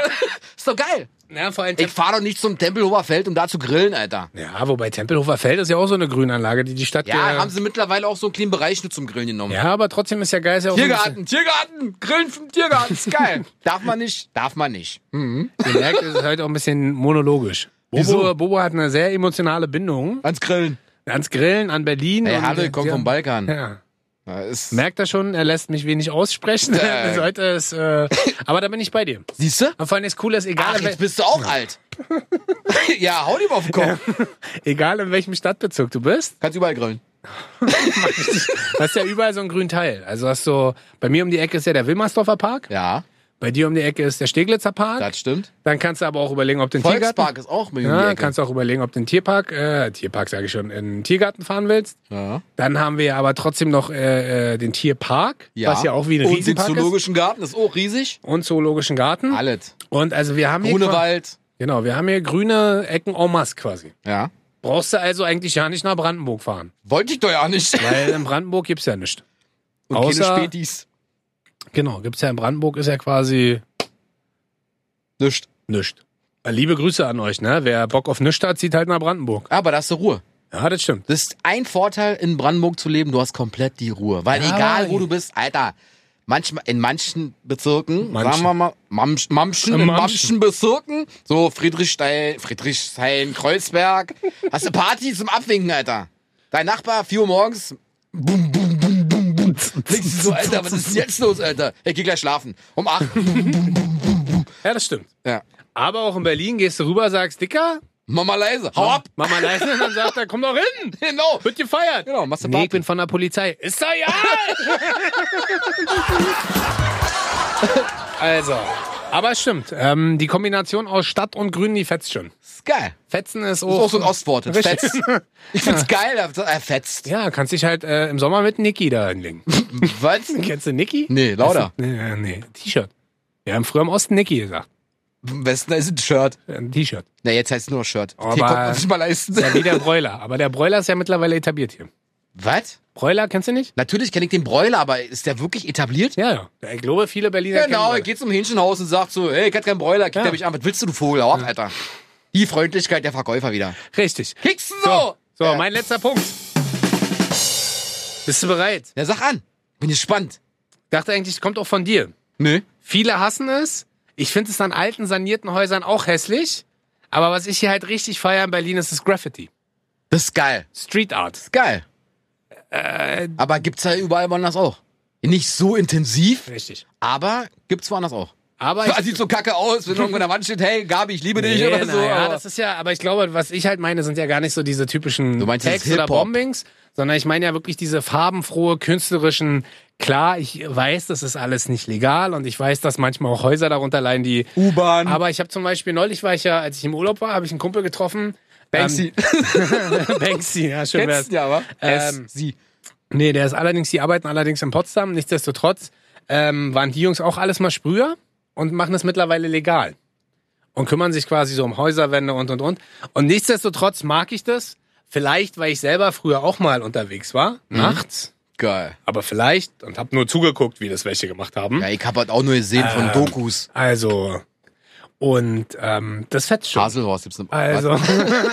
Speaker 1: Ist doch geil.
Speaker 2: Ja, vor allem
Speaker 1: Ich fahre doch nicht zum Tempelhofer Feld, um da zu grillen, Alter.
Speaker 2: ja, wobei Tempelhofer Feld ist ja auch so eine Grünanlage, die die Stadt.
Speaker 1: Ja,
Speaker 2: äh,
Speaker 1: haben sie mittlerweile auch so einen kleinen Bereich nur zum Grillen genommen.
Speaker 2: ja aber trotzdem ist ja geil. Ist ja auch so ein
Speaker 1: Tiergarten, Tiergarten, Grillen vom Tiergarten, ist geil. Darf man nicht, darf man nicht.
Speaker 2: bisschen- Ihr merkt, es ist heute auch ein bisschen monologisch. Bobo,
Speaker 1: Wieso?
Speaker 2: Bobo hat eine sehr emotionale Bindung
Speaker 1: Ans Grillen.
Speaker 2: ans Grillen, an Berlin.
Speaker 1: Ey,
Speaker 2: und- äh,
Speaker 1: Halle, komm
Speaker 2: Ja.
Speaker 1: vom Balkan.
Speaker 2: Ja.
Speaker 1: Ja, ist,
Speaker 2: Merkt er schon, er lässt mich wenig aussprechen.
Speaker 1: Äh.
Speaker 2: Sollte es, äh, aber da bin ich bei dir.
Speaker 1: siehst du?
Speaker 2: Und vor allem ist cool, dass egal,
Speaker 1: Ach,
Speaker 2: in
Speaker 1: jetzt
Speaker 2: wel-
Speaker 1: bist du auch alt. ja, hau dir mal auf den Kopf.
Speaker 2: egal in welchem Stadtbezirk du bist,
Speaker 1: Kannst überall grillen.
Speaker 2: hast du ja überall so einen grünen Teil. Also hast du, bei mir um die Ecke ist ja der Wilmersdorfer Park,
Speaker 1: Ja,
Speaker 2: bei dir um die Ecke ist der Steglitzer Park.
Speaker 1: das stimmt.
Speaker 2: Dann kannst du aber auch überlegen, ob du den Tiergarten...
Speaker 1: Volkspark ist auch mit um die
Speaker 2: Ja,
Speaker 1: Ecke.
Speaker 2: kannst du auch überlegen, ob du den Tierpark, äh, Tierpark sage ich schon, in den Tiergarten fahren willst.
Speaker 1: ja.
Speaker 2: Dann haben wir aber trotzdem noch äh, äh, den Tierpark, was ja auch wie ein
Speaker 1: Und den
Speaker 2: Riesenpark ist.
Speaker 1: zoologischen Garten ist auch riesig.
Speaker 2: Und zoologischen Garten.
Speaker 1: Alles.
Speaker 2: Und also wir haben hier...
Speaker 1: Grunewald.
Speaker 2: Genau, wir haben hier grüne Ecken en masse quasi.
Speaker 1: Ja.
Speaker 2: Brauchst du also eigentlich ja nicht nach Brandenburg fahren.
Speaker 1: Wollte ich doch ja nicht.
Speaker 2: Weil in Brandenburg gibt's ja nichts.
Speaker 1: Und
Speaker 2: Außer-
Speaker 1: keine Spätis.
Speaker 2: Genau, gibt's ja in Brandenburg ist ja quasi
Speaker 1: Nicht.
Speaker 2: nichts. Äh, Liebe Grüße an euch, ne? Wer Bock auf nichts hat, zieht halt nach Brandenburg.
Speaker 1: Aber da hast du Ruhe.
Speaker 2: Ja, das stimmt.
Speaker 1: Das ist ein Vorteil, in Brandenburg zu leben. Du hast komplett die Ruhe. Weil
Speaker 2: Ja,
Speaker 1: egal, wo
Speaker 2: aber-
Speaker 1: du bist, Alter, manchmal, in manchen Bezirken,
Speaker 2: Manchen.
Speaker 1: sagen wir mal, Mamsch, Mamschen,
Speaker 2: In
Speaker 1: in
Speaker 2: manchen.
Speaker 1: manchen Bezirken, so Friedrichstein, Friedrichshain, Kreuzberg, hast du Party zum Abwinken, Alter. Dein Nachbar, 4 Uhr morgens, bum, bum, bum, bum, bum. Denkst du so, Alter, was ist denn jetzt los, Alter? Ich geh gleich schlafen. Um 8.
Speaker 2: Ja, das stimmt.
Speaker 1: Ja.
Speaker 2: Aber auch in Berlin gehst du rüber, sagst, Dicker,
Speaker 1: Mama leise, hau ab.
Speaker 2: mach mal leise und dann sagt er, komm doch hin!
Speaker 1: Genau.
Speaker 2: Wird gefeiert!
Speaker 1: Genau, machst du
Speaker 2: Nee,
Speaker 1: Party.
Speaker 2: ich bin von der Polizei. Ist doch ja! also, aber es stimmt. Ähm, die Kombination aus Stadt und Grün, die fetzt schon.
Speaker 1: Ist geil.
Speaker 2: Fetzen ist auch,
Speaker 1: Ist auch so ein Ostwort. das
Speaker 2: Richtig.
Speaker 1: Fetzt. Ich find's geil, er fetzt.
Speaker 2: Ja, kannst dich halt äh, im Sommer mit Niki da hinlegen.
Speaker 1: Was?
Speaker 2: Kennst du Niki?
Speaker 1: Nee, lauter.
Speaker 2: Nee, äh, nee, T-Shirt. Wir haben früher im Osten Niki gesagt.
Speaker 1: Am besten ist ein Shirt.
Speaker 2: Äh, Ein T-Shirt.
Speaker 1: Na, jetzt heißt es nur Shirt.
Speaker 2: Aber-
Speaker 1: Tee konnte man sich mal leisten.
Speaker 2: Ja, wie der Broiler. Aber der Broiler ist ja mittlerweile etabliert hier.
Speaker 1: Was?
Speaker 2: Broiler kennst du nicht?
Speaker 1: Natürlich kenne ich den Broiler, aber ist der wirklich etabliert?
Speaker 2: Ja, ja. Ich glaube, viele Berliner
Speaker 1: Genau, ich
Speaker 2: kennen
Speaker 1: gehe zum Hähnchenhaus und sag so, hey, ich hab keinen Broiler, kickt
Speaker 2: Ja.
Speaker 1: er mich an. Was willst du, du Vogel? Hau ab, Alter. Die Freundlichkeit der Verkäufer wieder.
Speaker 2: Broiler. Richtig.
Speaker 1: Kickst du
Speaker 2: So,
Speaker 1: so?
Speaker 2: so
Speaker 1: Genau. ja.
Speaker 2: mein letzter Punkt. Bist du bereit?
Speaker 1: Ja, sag an. Bin gespannt.
Speaker 2: Dachte eigentlich, kommt auch von dir.
Speaker 1: Nö.
Speaker 2: Viele hassen es. Ich finde es an alten, sanierten Häusern auch hässlich. Aber was ich hier halt richtig feiere in Berlin ist das Graffiti.
Speaker 1: Das ist geil.
Speaker 2: Street Art.
Speaker 1: Ist geil. aber gibt's ja überall woanders auch. Nicht so intensiv,
Speaker 2: Richtig.
Speaker 1: aber gibt's woanders auch.
Speaker 2: Aber ich,
Speaker 1: Sieht so kacke aus, wenn irgendwo an der Wand steht, hey, Gabi, ich liebe dich
Speaker 2: Nee,
Speaker 1: oder
Speaker 2: na
Speaker 1: so.
Speaker 2: Ja,
Speaker 1: aber-
Speaker 2: das ist ja, aber ich glaube, was ich halt meine, sind ja gar nicht so diese typischen
Speaker 1: Du meinst
Speaker 2: Tags
Speaker 1: dieses
Speaker 2: oder
Speaker 1: Hip-Hop?
Speaker 2: Bombings, sondern ich meine ja wirklich diese farbenfrohe, künstlerischen. Klar, ich weiß, das ist alles nicht legal und ich weiß, dass manchmal auch Häuser darunter leiden, die.
Speaker 1: U-Bahn.
Speaker 2: Aber ich habe zum Beispiel neulich war ich ja, als ich im Urlaub war, habe ich einen Kumpel getroffen.
Speaker 1: Banksy.
Speaker 2: Ähm, Banksy, ja, schön wär's.
Speaker 1: Kennst du ja, wa?
Speaker 2: Ähm,
Speaker 1: Es, sie.
Speaker 2: Nee, der ist allerdings, die arbeiten allerdings in Potsdam. Nichtsdestotrotz ähm, waren die Jungs auch alles mal Sprüher und machen das mittlerweile legal. Und kümmern sich quasi so um Häuserwände und und und. Und nichtsdestotrotz mag ich das. Vielleicht, weil ich selber früher auch mal unterwegs war, nachts.
Speaker 1: Geil.
Speaker 2: Aber vielleicht, und habe nur zugeguckt, wie das welche gemacht haben.
Speaker 1: Ja, ich hab halt auch nur gesehen
Speaker 2: Ähm,
Speaker 1: von Dokus.
Speaker 2: Also, und ähm, das fetzt schon.
Speaker 1: Haselhorst gibt's noch.
Speaker 2: Also.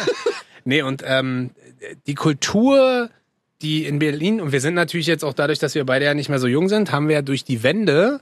Speaker 2: nee, und ähm, die Kultur, die in Berlin, und wir sind natürlich jetzt auch dadurch, dass wir beide ja nicht mehr so jung sind, haben wir ja durch die Wände.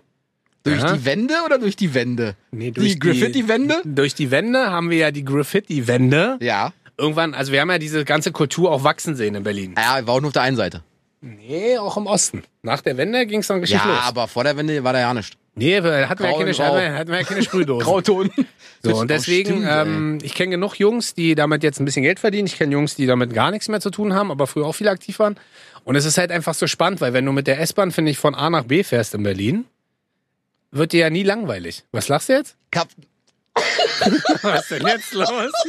Speaker 1: Durch
Speaker 2: Ja.
Speaker 1: die Wände oder durch die Wände?
Speaker 2: Nee,
Speaker 1: die Graffiti-Wände?
Speaker 2: Durch die Wände haben wir ja die Graffiti-Wände.
Speaker 1: Ja.
Speaker 2: Irgendwann, also wir haben ja diese ganze Kultur auch wachsen sehen in Berlin.
Speaker 1: Ah Ja, war auch nur auf der einen Seite.
Speaker 2: Nee, auch im Osten. Nach der Wende ging es dann richtig
Speaker 1: Ja,
Speaker 2: los.
Speaker 1: aber vor der Wände war da ja nichts.
Speaker 2: nee, wir hatten, wir ja
Speaker 1: Grau
Speaker 2: keine,
Speaker 1: in Grau.
Speaker 2: hatten wir- hatten wir ja keine Sprühdosen.
Speaker 1: Grauton.
Speaker 2: So, und deswegen, ähm, ich kenne genug Jungs, die damit jetzt ein bisschen Geld verdienen. Ich kenne Jungs, die damit gar nichts mehr zu tun haben, aber früher auch viel aktiv waren. Und es ist halt einfach so spannend, weil wenn du mit der S-Bahn, finde ich, von A nach B fährst in Berlin, wird dir ja nie langweilig. Was lachst du jetzt?
Speaker 1: Kap
Speaker 2: Was ist denn jetzt los?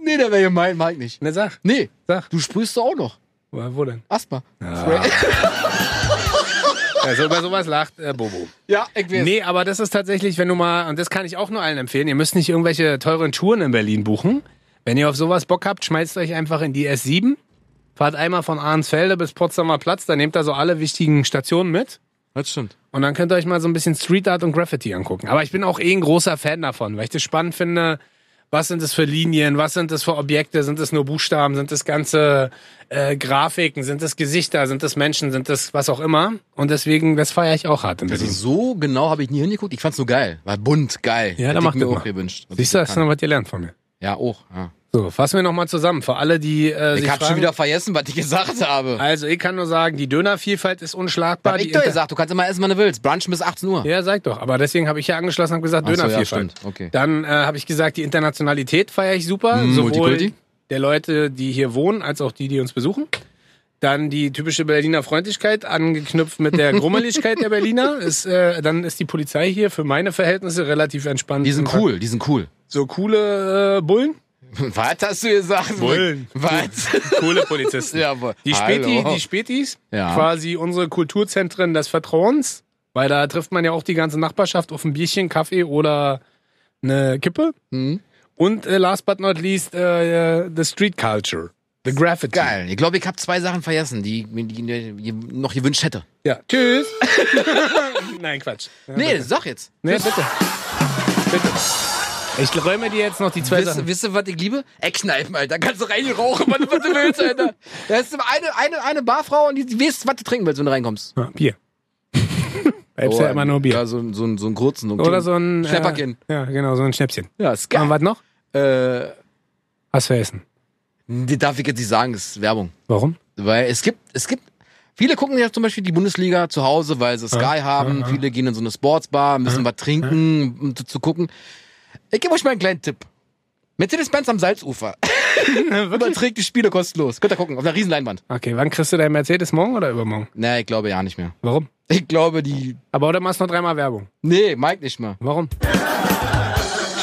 Speaker 1: nee, der wäre gemein, mag ich nicht.
Speaker 2: Na Ne, sag,
Speaker 1: Nee,
Speaker 2: sag.
Speaker 1: du sprühst doch auch noch.
Speaker 2: Wo, wo denn?
Speaker 1: Asthma.
Speaker 2: Also über sowas lacht äh, Bobo.
Speaker 1: Ja, ich weiß.
Speaker 2: Nee, aber das ist tatsächlich, wenn du mal, und das kann ich auch nur allen empfehlen, ihr müsst nicht irgendwelche teuren Touren in Berlin buchen. Wenn ihr auf sowas Bock habt, schmeißt euch einfach in die S7, fahrt einmal von Arnsfelde bis Potsdamer Platz, dann nehmt da so alle wichtigen Stationen mit
Speaker 1: Das stimmt.
Speaker 2: und dann könnt ihr euch mal so ein bisschen Street Art und Graffiti angucken. Aber ich bin auch eh ein großer Fan davon, weil ich das spannend finde. Was sind das für Linien? Was sind das für Objekte? Sind das nur Buchstaben? Sind das ganze äh, Grafiken? Sind das Gesichter? Sind das Menschen? Sind das was auch immer? Und deswegen, das feiere ich auch hart in
Speaker 1: Also
Speaker 2: Berlin.
Speaker 1: so genau habe ich nie hingeguckt. Ich fand's nur geil. War bunt, geil.
Speaker 2: Ja,
Speaker 1: Hätte
Speaker 2: dann
Speaker 1: ich
Speaker 2: macht
Speaker 1: mir
Speaker 2: das
Speaker 1: auch
Speaker 2: mal.
Speaker 1: gewünscht.
Speaker 2: Siehst du, hast du noch Also was gelernt von mir.
Speaker 1: Ja, auch. Ja.
Speaker 2: So, fassen wir nochmal zusammen. Für alle, die äh,
Speaker 1: Ich
Speaker 2: sich
Speaker 1: hab schon
Speaker 2: fragen.
Speaker 1: wieder vergessen, was ich gesagt habe.
Speaker 2: Also, ich kann nur sagen, die Dönervielfalt ist unschlagbar.
Speaker 1: Hab
Speaker 2: die
Speaker 1: ich doch
Speaker 2: Inter-
Speaker 1: gesagt, du kannst immer essen, wann du willst. Brunchen bis 18 Uhr.
Speaker 2: Ja, sag doch. Aber deswegen habe ich ja angeschlossen und habe gesagt,
Speaker 1: Ach so, ja,
Speaker 2: Dönervielfalt.
Speaker 1: stimmt. Okay.
Speaker 2: Dann äh, habe ich gesagt, die Internationalität feiere ich super.
Speaker 1: Mm,
Speaker 2: sowohl
Speaker 1: Multikulti.
Speaker 2: der Leute, die hier wohnen, als auch die, die uns besuchen. Dann die typische Berliner Freundlichkeit, angeknüpft mit der Grummeligkeit der Berliner. Ist, äh, dann ist die Polizei hier für meine Verhältnisse relativ entspannt.
Speaker 1: Die sind cool, die sind cool.
Speaker 2: So coole äh, Bullen.
Speaker 1: Was hast du gesagt?
Speaker 2: Bullen.
Speaker 1: Was?
Speaker 2: Coole Polizisten.
Speaker 1: Jawohl.
Speaker 2: Die, Späti,
Speaker 1: Hallo.
Speaker 2: die Spätis,
Speaker 1: Ja.
Speaker 2: quasi unsere Kulturzentren des Vertrauens, weil da trifft man ja auch die ganze Nachbarschaft auf ein Bierchen, Kaffee oder eine Kippe.
Speaker 1: Hm?
Speaker 2: Und äh, last but not least, äh, the street culture, the graffiti.
Speaker 1: Geil. Ich glaube, ich habe zwei Sachen vergessen, die ich mir die, die, die noch gewünscht hätte.
Speaker 2: Ja, tschüss. Nein, Quatsch. Ja,
Speaker 1: Nee, sag jetzt.
Speaker 2: nee, bitte. Bitte. Ich räume dir jetzt noch die zwei
Speaker 1: Wisst
Speaker 2: Sachen.
Speaker 1: wisst ihr, was ich liebe? Eckkneipen, Alter. Kannst du rein rauchen, was, was du willst, Alter. Da ist eine, eine, eine Barfrau und die, die weiß, was du trinken willst, wenn du reinkommst.
Speaker 2: Ja, Bier. Bleibst ja
Speaker 1: ein-
Speaker 2: immer nur Bier.
Speaker 1: Ja, so, ein- so, ein- so einen kurzen.
Speaker 2: Oder so ein... äh,
Speaker 1: Oh, Schnäpperchen.
Speaker 2: Ja, genau, so ein Schnäppchen.
Speaker 1: Ja, ist
Speaker 2: Und
Speaker 1: geil.
Speaker 2: was noch?
Speaker 1: Äh,
Speaker 2: Was für Essen.
Speaker 1: die darf ich jetzt nicht sagen, ist Werbung.
Speaker 2: Warum?
Speaker 1: Weil es gibt, es gibt, viele gucken ja zum Beispiel die Bundesliga zu Hause, weil sie Sky haben. Viele gehen in so eine Sportsbar, müssen was trinken, um zu, zu gucken. Ich gebe euch mal einen kleinen Tipp. Mercedes-Benz am Salzufer. Überträgt die Spiele kostenlos. Könnt ihr gucken, auf einer riesen Leinwand.
Speaker 2: Okay, wann kriegst du deinen Mercedes? Morgen oder übermorgen?
Speaker 1: Nee, ich glaube ja nicht mehr.
Speaker 2: Warum?
Speaker 1: Ich glaube, die.
Speaker 2: Aber oder machst du noch dreimal Werbung?
Speaker 1: Nee, Mike nicht mehr.
Speaker 2: Warum?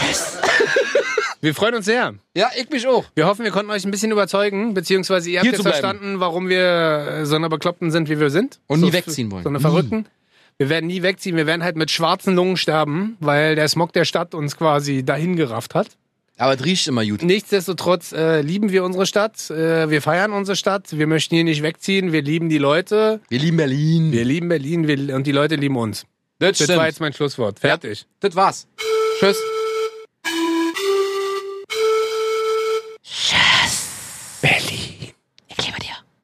Speaker 2: Yes! Wir freuen uns sehr.
Speaker 1: Ja, ich mich auch.
Speaker 2: Wir hoffen, wir konnten euch ein bisschen überzeugen, beziehungsweise ihr habt
Speaker 1: Hier
Speaker 2: jetzt
Speaker 1: zu bleiben.
Speaker 2: verstanden, warum wir äh, so eine Bekloppten sind, wie wir sind.
Speaker 1: Und
Speaker 2: so,
Speaker 1: nie wegziehen wollen.
Speaker 2: So eine
Speaker 1: Nie.
Speaker 2: Verrückten. Wir werden nie wegziehen, wir werden halt mit schwarzen Lungen sterben, weil der Smog der Stadt uns quasi dahin gerafft hat.
Speaker 1: Aber es riecht immer gut.
Speaker 2: Nichtsdestotrotz äh, lieben wir unsere Stadt, äh, wir feiern unsere Stadt, wir möchten hier nicht wegziehen, wir lieben die Leute,
Speaker 1: Wir lieben Berlin.
Speaker 2: wir lieben Berlin wir, und die Leute lieben uns.
Speaker 1: das
Speaker 2: Das war
Speaker 1: stimmt.
Speaker 2: jetzt mein Schlusswort. Fertig.
Speaker 1: Das war's. Tschüss.